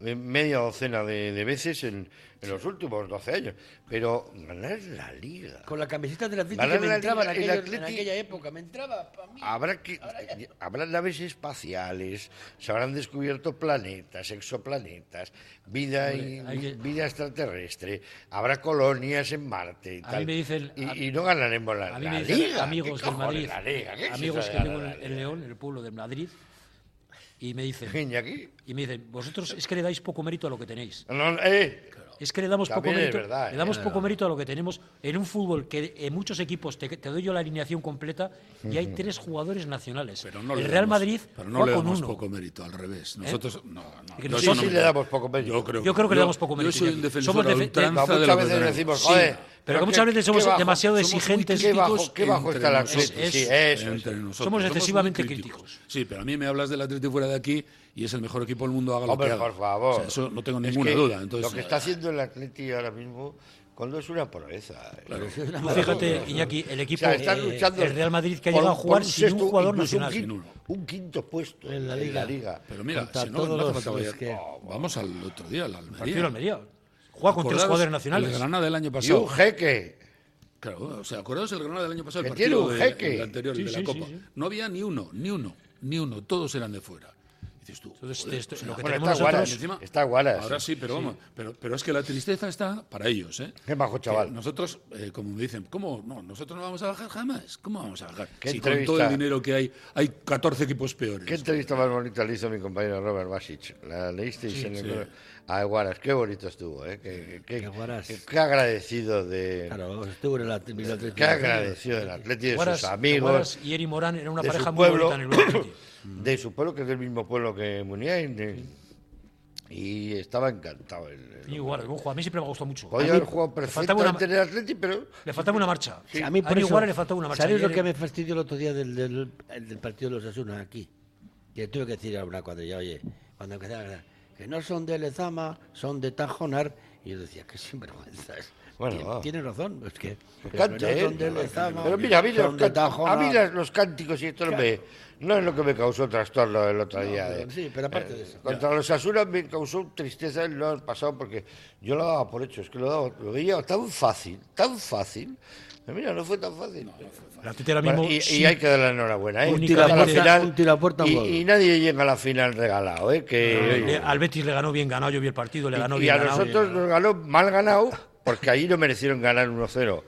Speaker 3: eh, media docena de, de veces en, en los últimos 12 años. Pero ganar la liga.
Speaker 4: Con la camiseta del Atlético
Speaker 3: Ganar
Speaker 4: que me
Speaker 3: la
Speaker 4: entraba en,
Speaker 3: liga, el
Speaker 4: aquellos- en
Speaker 3: Atleti-
Speaker 4: aquella época. Me entraba pa' mí.
Speaker 3: Habrá que, eh, habrá naves espaciales, se habrán descubierto planetas, exoplanetas, vida, y-
Speaker 6: Hombre, hay que-
Speaker 3: vida extraterrestre, habrá colonias en Marte y
Speaker 6: A mí
Speaker 3: tal.
Speaker 6: me dicen-
Speaker 3: y,
Speaker 6: a-
Speaker 3: y no ganaremos la,
Speaker 6: A mí
Speaker 3: la
Speaker 6: me dicen
Speaker 3: liga.
Speaker 6: amigos
Speaker 3: ¿Qué
Speaker 6: del
Speaker 3: cojones
Speaker 6: Madrid,
Speaker 3: la liga? ¿Qué es
Speaker 6: amigos
Speaker 3: eso de
Speaker 6: que
Speaker 3: ganar
Speaker 6: tengo
Speaker 3: la [LAUGHS]
Speaker 6: en, en León, en el pueblo de Madrid, y me dicen,
Speaker 3: Iñaki.
Speaker 6: y me dicen, vosotros es que le dais poco mérito a lo que tenéis.
Speaker 3: No, no, eh.
Speaker 6: Es que le damos poco
Speaker 3: También es
Speaker 6: mérito,
Speaker 3: verdad,
Speaker 6: le
Speaker 3: eh.
Speaker 6: damos
Speaker 3: No,
Speaker 6: poco
Speaker 3: no.
Speaker 6: mérito a lo que tenemos en un fútbol que en muchos equipos te, te doy yo la alineación completa y hay
Speaker 5: Ujú.
Speaker 6: tres jugadores nacionales.
Speaker 5: No
Speaker 6: el
Speaker 5: le
Speaker 6: Real
Speaker 5: damos-
Speaker 6: Madrid
Speaker 5: pero no
Speaker 6: juega
Speaker 5: le
Speaker 6: con
Speaker 5: damos
Speaker 6: uno.
Speaker 5: poco mérito, al revés. Nosotros, no, no.
Speaker 6: Que
Speaker 5: no,
Speaker 6: nosotros
Speaker 5: eso
Speaker 6: sí
Speaker 5: no
Speaker 6: le
Speaker 5: me-
Speaker 6: damos poco mérito.
Speaker 5: Yo creo,
Speaker 6: Yo creo que le damos poco mérito,
Speaker 5: Yo soy un
Speaker 6: Iñaki.
Speaker 5: defensor
Speaker 6: Somos
Speaker 5: a
Speaker 6: defe-
Speaker 5: ultranza
Speaker 6: muchas
Speaker 5: de lo que
Speaker 6: veces
Speaker 5: tenemos.
Speaker 6: decimos, joder, pero que muchas veces somos demasiado
Speaker 5: somos muy
Speaker 6: exigentes.
Speaker 5: críticos
Speaker 6: Qué bajo- qué bajo
Speaker 5: entre
Speaker 6: está el
Speaker 5: nosotros.
Speaker 6: Atleti, sí, eso es.
Speaker 5: Entre nosotros.
Speaker 6: Somos
Speaker 5: muy
Speaker 6: excesivamente
Speaker 5: Sí, pero a mí me hablas del Atleti fuera de aquí y es el mejor equipo del mundo, haga
Speaker 3: Hombre,
Speaker 5: lo que haga.
Speaker 3: por favor.
Speaker 5: O sea, eso no tengo
Speaker 3: Es
Speaker 5: ninguna
Speaker 3: que
Speaker 5: duda. Entonces, eh,
Speaker 3: lo que está haciendo el Atleti ahora mismo, cuando es una proeza. eh.
Speaker 5: Claro.
Speaker 6: Tú fíjate, Iñaki, el equipo,
Speaker 3: O sea, están
Speaker 6: eh,
Speaker 3: luchando
Speaker 6: el Real Madrid que ha
Speaker 3: por-
Speaker 6: llegado a
Speaker 3: por
Speaker 6: jugar
Speaker 3: un
Speaker 6: sin un
Speaker 3: sexto,
Speaker 6: jugador
Speaker 3: incluso
Speaker 6: nacional.
Speaker 3: Un quinto, un quinto puesto en,
Speaker 6: En la
Speaker 3: la,
Speaker 6: liga.
Speaker 3: liga.
Speaker 5: Pero mira,
Speaker 6: Contra
Speaker 5: si no, no hace
Speaker 6: todos
Speaker 5: falta
Speaker 6: los
Speaker 5: vaya-
Speaker 6: que-
Speaker 5: Oh, Vamos al otro día, al Almería.
Speaker 6: Partido del Almería. Juega con tres
Speaker 5: Acordaros
Speaker 6: jugadores nacionales.
Speaker 5: El Granada del año
Speaker 6: Y
Speaker 5: pasado.
Speaker 6: un
Speaker 3: jeque.
Speaker 5: Claro, o sea, acordaos el Granada del año pasado, el
Speaker 6: Que tiene
Speaker 5: partido
Speaker 6: un
Speaker 5: de-
Speaker 6: jeque.
Speaker 5: el anterior, el
Speaker 6: Sí,
Speaker 5: de la
Speaker 6: sí,
Speaker 5: Copa.
Speaker 6: sí, sí.
Speaker 5: No había ni uno, ni uno, ni uno. Todos eran de fuera. Dices tú.
Speaker 6: Entonces,
Speaker 5: joder,
Speaker 6: esto-
Speaker 5: o
Speaker 3: pues
Speaker 5: sea,
Speaker 6: lo que
Speaker 5: bueno,
Speaker 6: tenemos
Speaker 5: está
Speaker 6: nosotros-
Speaker 5: Guaras, encima-
Speaker 6: está Guaras.
Speaker 5: Ahora sí, pero
Speaker 6: Sí.
Speaker 5: vamos. Pero, pero es que la tristeza está para ellos, ¿eh?
Speaker 3: Qué bajo chaval.
Speaker 5: Que nosotros, eh, como me dicen, ¿cómo? No, nosotros no vamos a bajar jamás. ¿Cómo vamos a bajar?
Speaker 3: ¿Qué
Speaker 5: si con todo el
Speaker 3: entrevista?
Speaker 5: dinero que hay, hay 14 equipos peores.
Speaker 3: ¿Qué entrevista más bonita le hizo mi compañero Robert Basic? La leísteis
Speaker 5: Sí,
Speaker 3: en el...
Speaker 5: sí.
Speaker 3: A Guaras, qué bonito estuvo, ¿eh? Qué, qué- qué- qué agradecido de...
Speaker 4: Claro, estuvo en el Atl- el Atlético
Speaker 3: Qué
Speaker 4: de Madrid.
Speaker 3: agradecido del Atleti, de
Speaker 6: Guaras-
Speaker 3: sus amigos.
Speaker 6: Guaras y Eri Morán eran una
Speaker 3: de su
Speaker 6: pareja muy
Speaker 3: pueblo,
Speaker 6: bonita en el
Speaker 3: [LAUGHS]
Speaker 6: Bilbao Athletic.
Speaker 3: [COUGHS] De su pueblo, que es del mismo pueblo que Muniain. de- Y estaba encantado el... el-
Speaker 6: Y Guaras, buen jugador. a mí siempre me ha gustado mucho.
Speaker 3: Podía
Speaker 6: A mí-
Speaker 3: haber jugado
Speaker 6: le faltaba una-
Speaker 3: perfectamente en el Atleti, pero...
Speaker 6: Le faltaba una marcha.
Speaker 4: a mí, por eso,
Speaker 6: Guaras le faltaba una marcha.
Speaker 4: ¿Sabéis
Speaker 6: Y
Speaker 4: lo
Speaker 6: Eri-
Speaker 4: que me fastidió el otro día del, del- del partido de los Asunas aquí? Que tuve que decir a una cuadrilla, oye, cuando empezaba, que no son de Lezama, son de Tajonar. Y yo decía, qué sinvergüenza es.
Speaker 3: Bueno,
Speaker 4: Tien-
Speaker 3: va.
Speaker 4: Tienes razón, es que.
Speaker 3: Me
Speaker 4: pero
Speaker 3: encanta,
Speaker 4: no
Speaker 3: ¿eh?
Speaker 4: son de Lezama,
Speaker 3: Pero mira, a mí, los,
Speaker 4: son de
Speaker 3: cant- a mí
Speaker 4: Tajonar.
Speaker 3: las- los cánticos y esto no, me- no es lo que me causó trastorno el otro día.
Speaker 4: pero-
Speaker 3: de-
Speaker 4: sí, pero aparte de eso.
Speaker 3: Contra los Asuras me causó tristeza el no haber pasado porque yo lo daba por hecho, es que lo, daba, lo veía tan fácil, tan fácil. Pero mira, no fue tan fácil.
Speaker 6: El Atleti ahora
Speaker 3: Bueno,
Speaker 6: mismo
Speaker 3: y, y
Speaker 6: sí-
Speaker 3: hay que darle la enhorabuena. ¿eh?
Speaker 6: Un
Speaker 3: Y
Speaker 6: tiro a
Speaker 3: llega la
Speaker 6: puerta,
Speaker 3: final,
Speaker 6: un tiro a puerta, un
Speaker 3: y,
Speaker 6: gol.
Speaker 3: y nadie llega a la final regalado. ¿eh? Que,
Speaker 6: Le- Al Betis le ganó bien ganado, yo vi el partido, le ganó
Speaker 3: y, y
Speaker 6: bien
Speaker 3: a
Speaker 6: ganado.
Speaker 3: nosotros nos ganó mal ganado, porque ahí no merecieron ganar 1-0.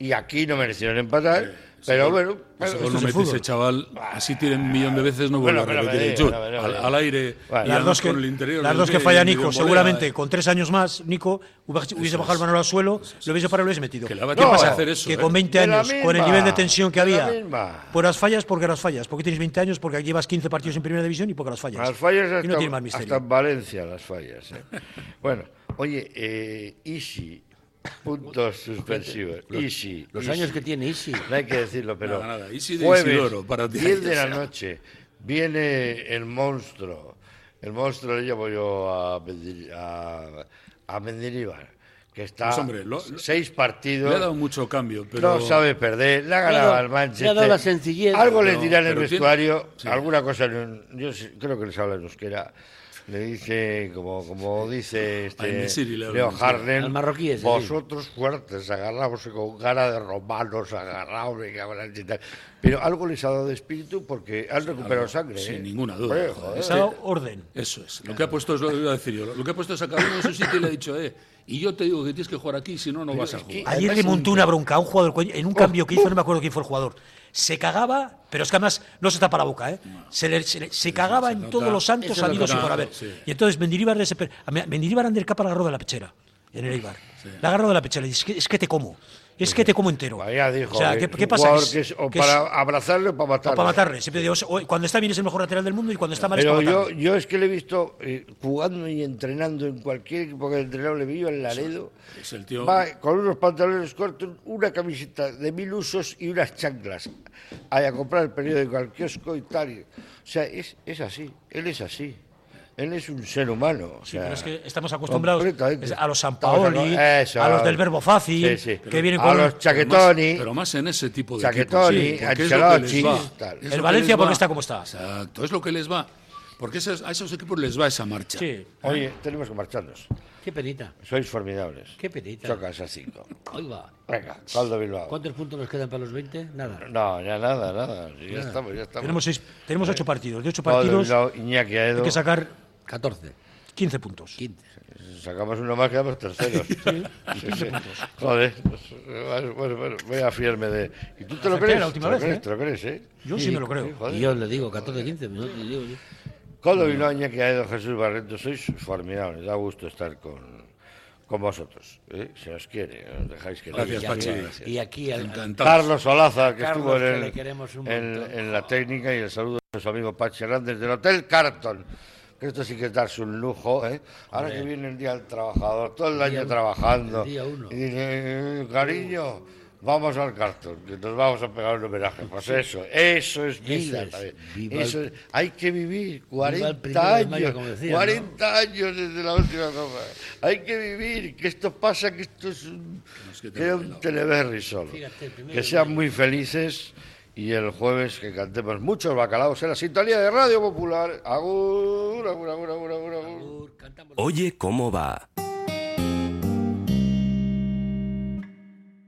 Speaker 3: Y aquí no merecieron empatar, pero bueno.
Speaker 5: Pues gol
Speaker 3: bueno, esto
Speaker 5: no
Speaker 3: es el
Speaker 5: mete ese
Speaker 3: fútbol.
Speaker 5: chaval, así tiren un millón de veces, no vuelve
Speaker 3: Bueno, pero eh.
Speaker 5: a repetir
Speaker 3: me
Speaker 5: el
Speaker 3: diga,
Speaker 5: chut.
Speaker 3: a ver, a
Speaker 5: Al,
Speaker 3: ver.
Speaker 5: al aire, y
Speaker 3: Vale.
Speaker 6: las
Speaker 5: además
Speaker 6: dos que,
Speaker 5: con el interior.
Speaker 6: las
Speaker 5: no
Speaker 6: dos
Speaker 5: sé,
Speaker 6: que falla
Speaker 5: y
Speaker 6: Nico,
Speaker 5: bombea,
Speaker 6: seguramente
Speaker 5: eh.
Speaker 6: con tres años más, Nico hubiese, hubiese bajado el
Speaker 5: es.
Speaker 6: balón al suelo, lo hubiese parado y lo hubiese metido.
Speaker 5: Que le va a
Speaker 6: ¿Qué
Speaker 5: tocar
Speaker 6: pasa?
Speaker 5: hacer eso,
Speaker 6: que
Speaker 5: ¿eh?
Speaker 6: con 20
Speaker 5: De la
Speaker 6: años, con el
Speaker 5: misma,
Speaker 6: nivel de tensión que
Speaker 3: de la
Speaker 6: había,
Speaker 3: misma.
Speaker 6: por las fallas, porque las fallas. Porque tienes 20 años, porque llevas 15 partidos en primera división y porque las fallas.
Speaker 3: Las fallas
Speaker 6: y
Speaker 3: hasta,
Speaker 6: no tiene más
Speaker 3: hasta
Speaker 6: misterio.
Speaker 3: en Valencia, las fallas. ¿eh? bueno, oye, eh, Isi,
Speaker 6: [LAUGHS]
Speaker 3: puntos suspensivos.
Speaker 4: Los-
Speaker 3: Isi.
Speaker 4: los
Speaker 3: Isi.
Speaker 4: años que tiene Isi.
Speaker 3: No hay que decirlo, pero.
Speaker 5: Nada, nada, Isi de
Speaker 3: jueves,
Speaker 5: Isidoro, para ti.
Speaker 3: 10 de
Speaker 5: O
Speaker 3: la
Speaker 5: sea.
Speaker 3: noche, viene el monstruo. El monstruo le llamo yo a, Mendir- a, a Mendilibar, que está
Speaker 5: Pues, hombre, lo- lo-
Speaker 3: seis partidos.
Speaker 5: Le ha dado mucho cambio, pero.
Speaker 3: No sabe perder, le ha ganado
Speaker 4: dado-
Speaker 3: al Manchester.
Speaker 4: le ha dado la sencillez.
Speaker 3: Algo le
Speaker 4: Pero-
Speaker 3: dirá en el
Speaker 4: pero tiene-
Speaker 3: vestuario, alguna cosa, en- yo sí- creo que les habla en euskera. Le dice, como, como dice
Speaker 5: Ay,
Speaker 3: este
Speaker 5: Nesiri le habla
Speaker 3: Leo
Speaker 5: en euskera.
Speaker 3: Harden,
Speaker 4: Al marroquí ese, sí.
Speaker 3: vosotros fuertes, agarrados con gana de romanos, agarrados, me cago en la leche y tal. Pero algo les ha dado de espíritu porque han recuperado sangre.
Speaker 5: Sin
Speaker 3: ¿eh?
Speaker 5: ninguna duda.
Speaker 3: Joder,
Speaker 5: joder.
Speaker 3: joder.
Speaker 6: Les ha dado orden.
Speaker 5: Eso es. Lo que ha puesto es lo que iba a decir yo. Lo que ha puesto es a cada uno en su sitio y le ha dicho, eh, y yo te digo que tienes que jugar aquí, si no, no vas a jugar.
Speaker 6: Ayer le montó una bronca a un jugador coño, en un cambio que hizo,
Speaker 3: Oh,
Speaker 6: no me acuerdo quién fue el jugador. Se cagaba, pero es que además no se tapa la boca, ¿eh? Se, le- se le- se cagaba en
Speaker 5: nota.
Speaker 6: todos los santos
Speaker 5: Eso es lo
Speaker 6: amigos
Speaker 5: que
Speaker 6: y por
Speaker 5: nota,
Speaker 6: haber.
Speaker 5: sí.
Speaker 6: Y entonces Mendilibar desesper- a Me- Mendilibar anda el capa la agarró de la pechera, en el Eibar. La agarró de la pechera, le dice, es que, es que te como, es que te como entero.
Speaker 3: Pues Ya dijo,
Speaker 6: o sea,
Speaker 3: que
Speaker 6: ¿qué,
Speaker 3: es
Speaker 6: qué
Speaker 3: un
Speaker 6: pasa?
Speaker 3: jugador
Speaker 6: es-
Speaker 3: que es o
Speaker 6: que es-
Speaker 3: para abrazarle o para
Speaker 6: o
Speaker 3: matarle.
Speaker 6: para matarle. Siempre digo, o- cuando está bien es el mejor lateral del mundo y cuando está mal es
Speaker 3: Pero
Speaker 6: para matarle.
Speaker 3: yo, yo es que le he visto eh, jugando y entrenando en cualquier equipo que he entrenado, le veo en Laredo.
Speaker 5: Es el tío.
Speaker 3: Va con unos pantalones cortos, una camiseta de mil usos y unas chanclas. Hay a comprar el periódico al kiosco y tal. y- O sea, es, es así, él es así. Él es un ser humano. o
Speaker 6: Sí,
Speaker 3: sea,
Speaker 6: pero es que estamos acostumbrados
Speaker 3: completamente.
Speaker 6: a los San
Speaker 3: Estamos
Speaker 6: Paoli,
Speaker 3: eso,
Speaker 6: a los del verbo fácil,
Speaker 3: sí, sí.
Speaker 6: que vienen
Speaker 3: a
Speaker 6: con-
Speaker 3: los
Speaker 5: Pero más-
Speaker 3: chaquetoni.
Speaker 5: Pero más en ese tipo de
Speaker 3: Chaquetoni,
Speaker 5: equipos. porque es lo que les
Speaker 3: Ancelotti,
Speaker 5: va.
Speaker 3: tal.
Speaker 5: Es
Speaker 6: El
Speaker 5: lo que
Speaker 6: Valencia,
Speaker 5: les
Speaker 6: ¿por qué
Speaker 5: va.
Speaker 6: está como está?
Speaker 5: Exacto, es lo que les va. Porque esos- a esos equipos les va esa marcha.
Speaker 6: Sí.
Speaker 3: Oye, tenemos que marcharnos.
Speaker 4: Qué penita,
Speaker 3: Sois formidables.
Speaker 4: qué penita.
Speaker 3: Chocas a cinco.
Speaker 4: Ahí va.
Speaker 3: Venga, saldo Bilbao.
Speaker 4: ¿Cuántos puntos nos quedan para los 20? Nada.
Speaker 3: No, ya nada, nada. Ya estamos, ya estamos.
Speaker 6: Tenemos, seis- tenemos ocho partidos. De ocho
Speaker 3: Todo
Speaker 6: partidos
Speaker 3: Bilbao, Iñaki Aedo.
Speaker 6: hay que sacar
Speaker 4: 14.
Speaker 6: 15 puntos.
Speaker 3: Sacamos uno más, quedamos
Speaker 6: [LAUGHS]
Speaker 3: terceros. Joder, pues, bueno, bueno, bueno, voy a fiarme de. ¿Y tú te lo
Speaker 6: Acerté
Speaker 3: crees?
Speaker 6: la última
Speaker 3: ¿Te lo
Speaker 6: vez,
Speaker 3: crees?
Speaker 6: ¿eh?
Speaker 3: ¿Te lo crees, eh?
Speaker 6: Yo sí me lo creo.
Speaker 3: joder.
Speaker 4: Y yo le digo 14, 15. pues no te digo yo.
Speaker 3: Coldo Bilbao, Iñaki Aedo, Jesús Barreto, sois formidables. Da gusto estar con, con vosotros. ¿eh? Si os quiere, os dejáis que
Speaker 5: Gracias,
Speaker 3: Sí,
Speaker 5: Pachi.
Speaker 3: gracias.
Speaker 4: Y aquí al-
Speaker 5: Encantados.
Speaker 3: Carlos Olaza, que
Speaker 4: Carlos,
Speaker 3: estuvo en,
Speaker 4: que
Speaker 3: el-
Speaker 4: le queremos un
Speaker 3: en-
Speaker 4: montón.
Speaker 3: en la técnica, y el saludo de nuestro amigo Pachi Hernández del Hotel Carton. Que esto sí que es darse un lujo, ¿eh? Ahora que viene el Día del Trabajador, todo el
Speaker 4: El
Speaker 3: año
Speaker 4: día uno,
Speaker 3: trabajando.
Speaker 4: el día uno.
Speaker 3: Y dice, "Eh, cariño, vamos al Carton, que nos vamos a pegar un homenaje. Pues eso, eso es vida
Speaker 4: es.
Speaker 3: también.
Speaker 4: Viva el-
Speaker 3: Eso es- hay que vivir
Speaker 4: el
Speaker 3: 40
Speaker 4: primero de
Speaker 3: años,
Speaker 4: mayo, como decía, ¿no?
Speaker 3: 40 años desde la última copa. Hay que vivir, que esto pasa, que esto es un,
Speaker 5: nos quita
Speaker 3: que era un
Speaker 5: el
Speaker 3: teleberry solo.
Speaker 4: Fíjate, el primero
Speaker 3: Que
Speaker 4: de
Speaker 3: sean muy felices y el jueves que cantemos muchos bacalaos en la sintonía de Radio Popular. Agur, agur, agur, agur, agur, agur.
Speaker 15: Oye cómo va.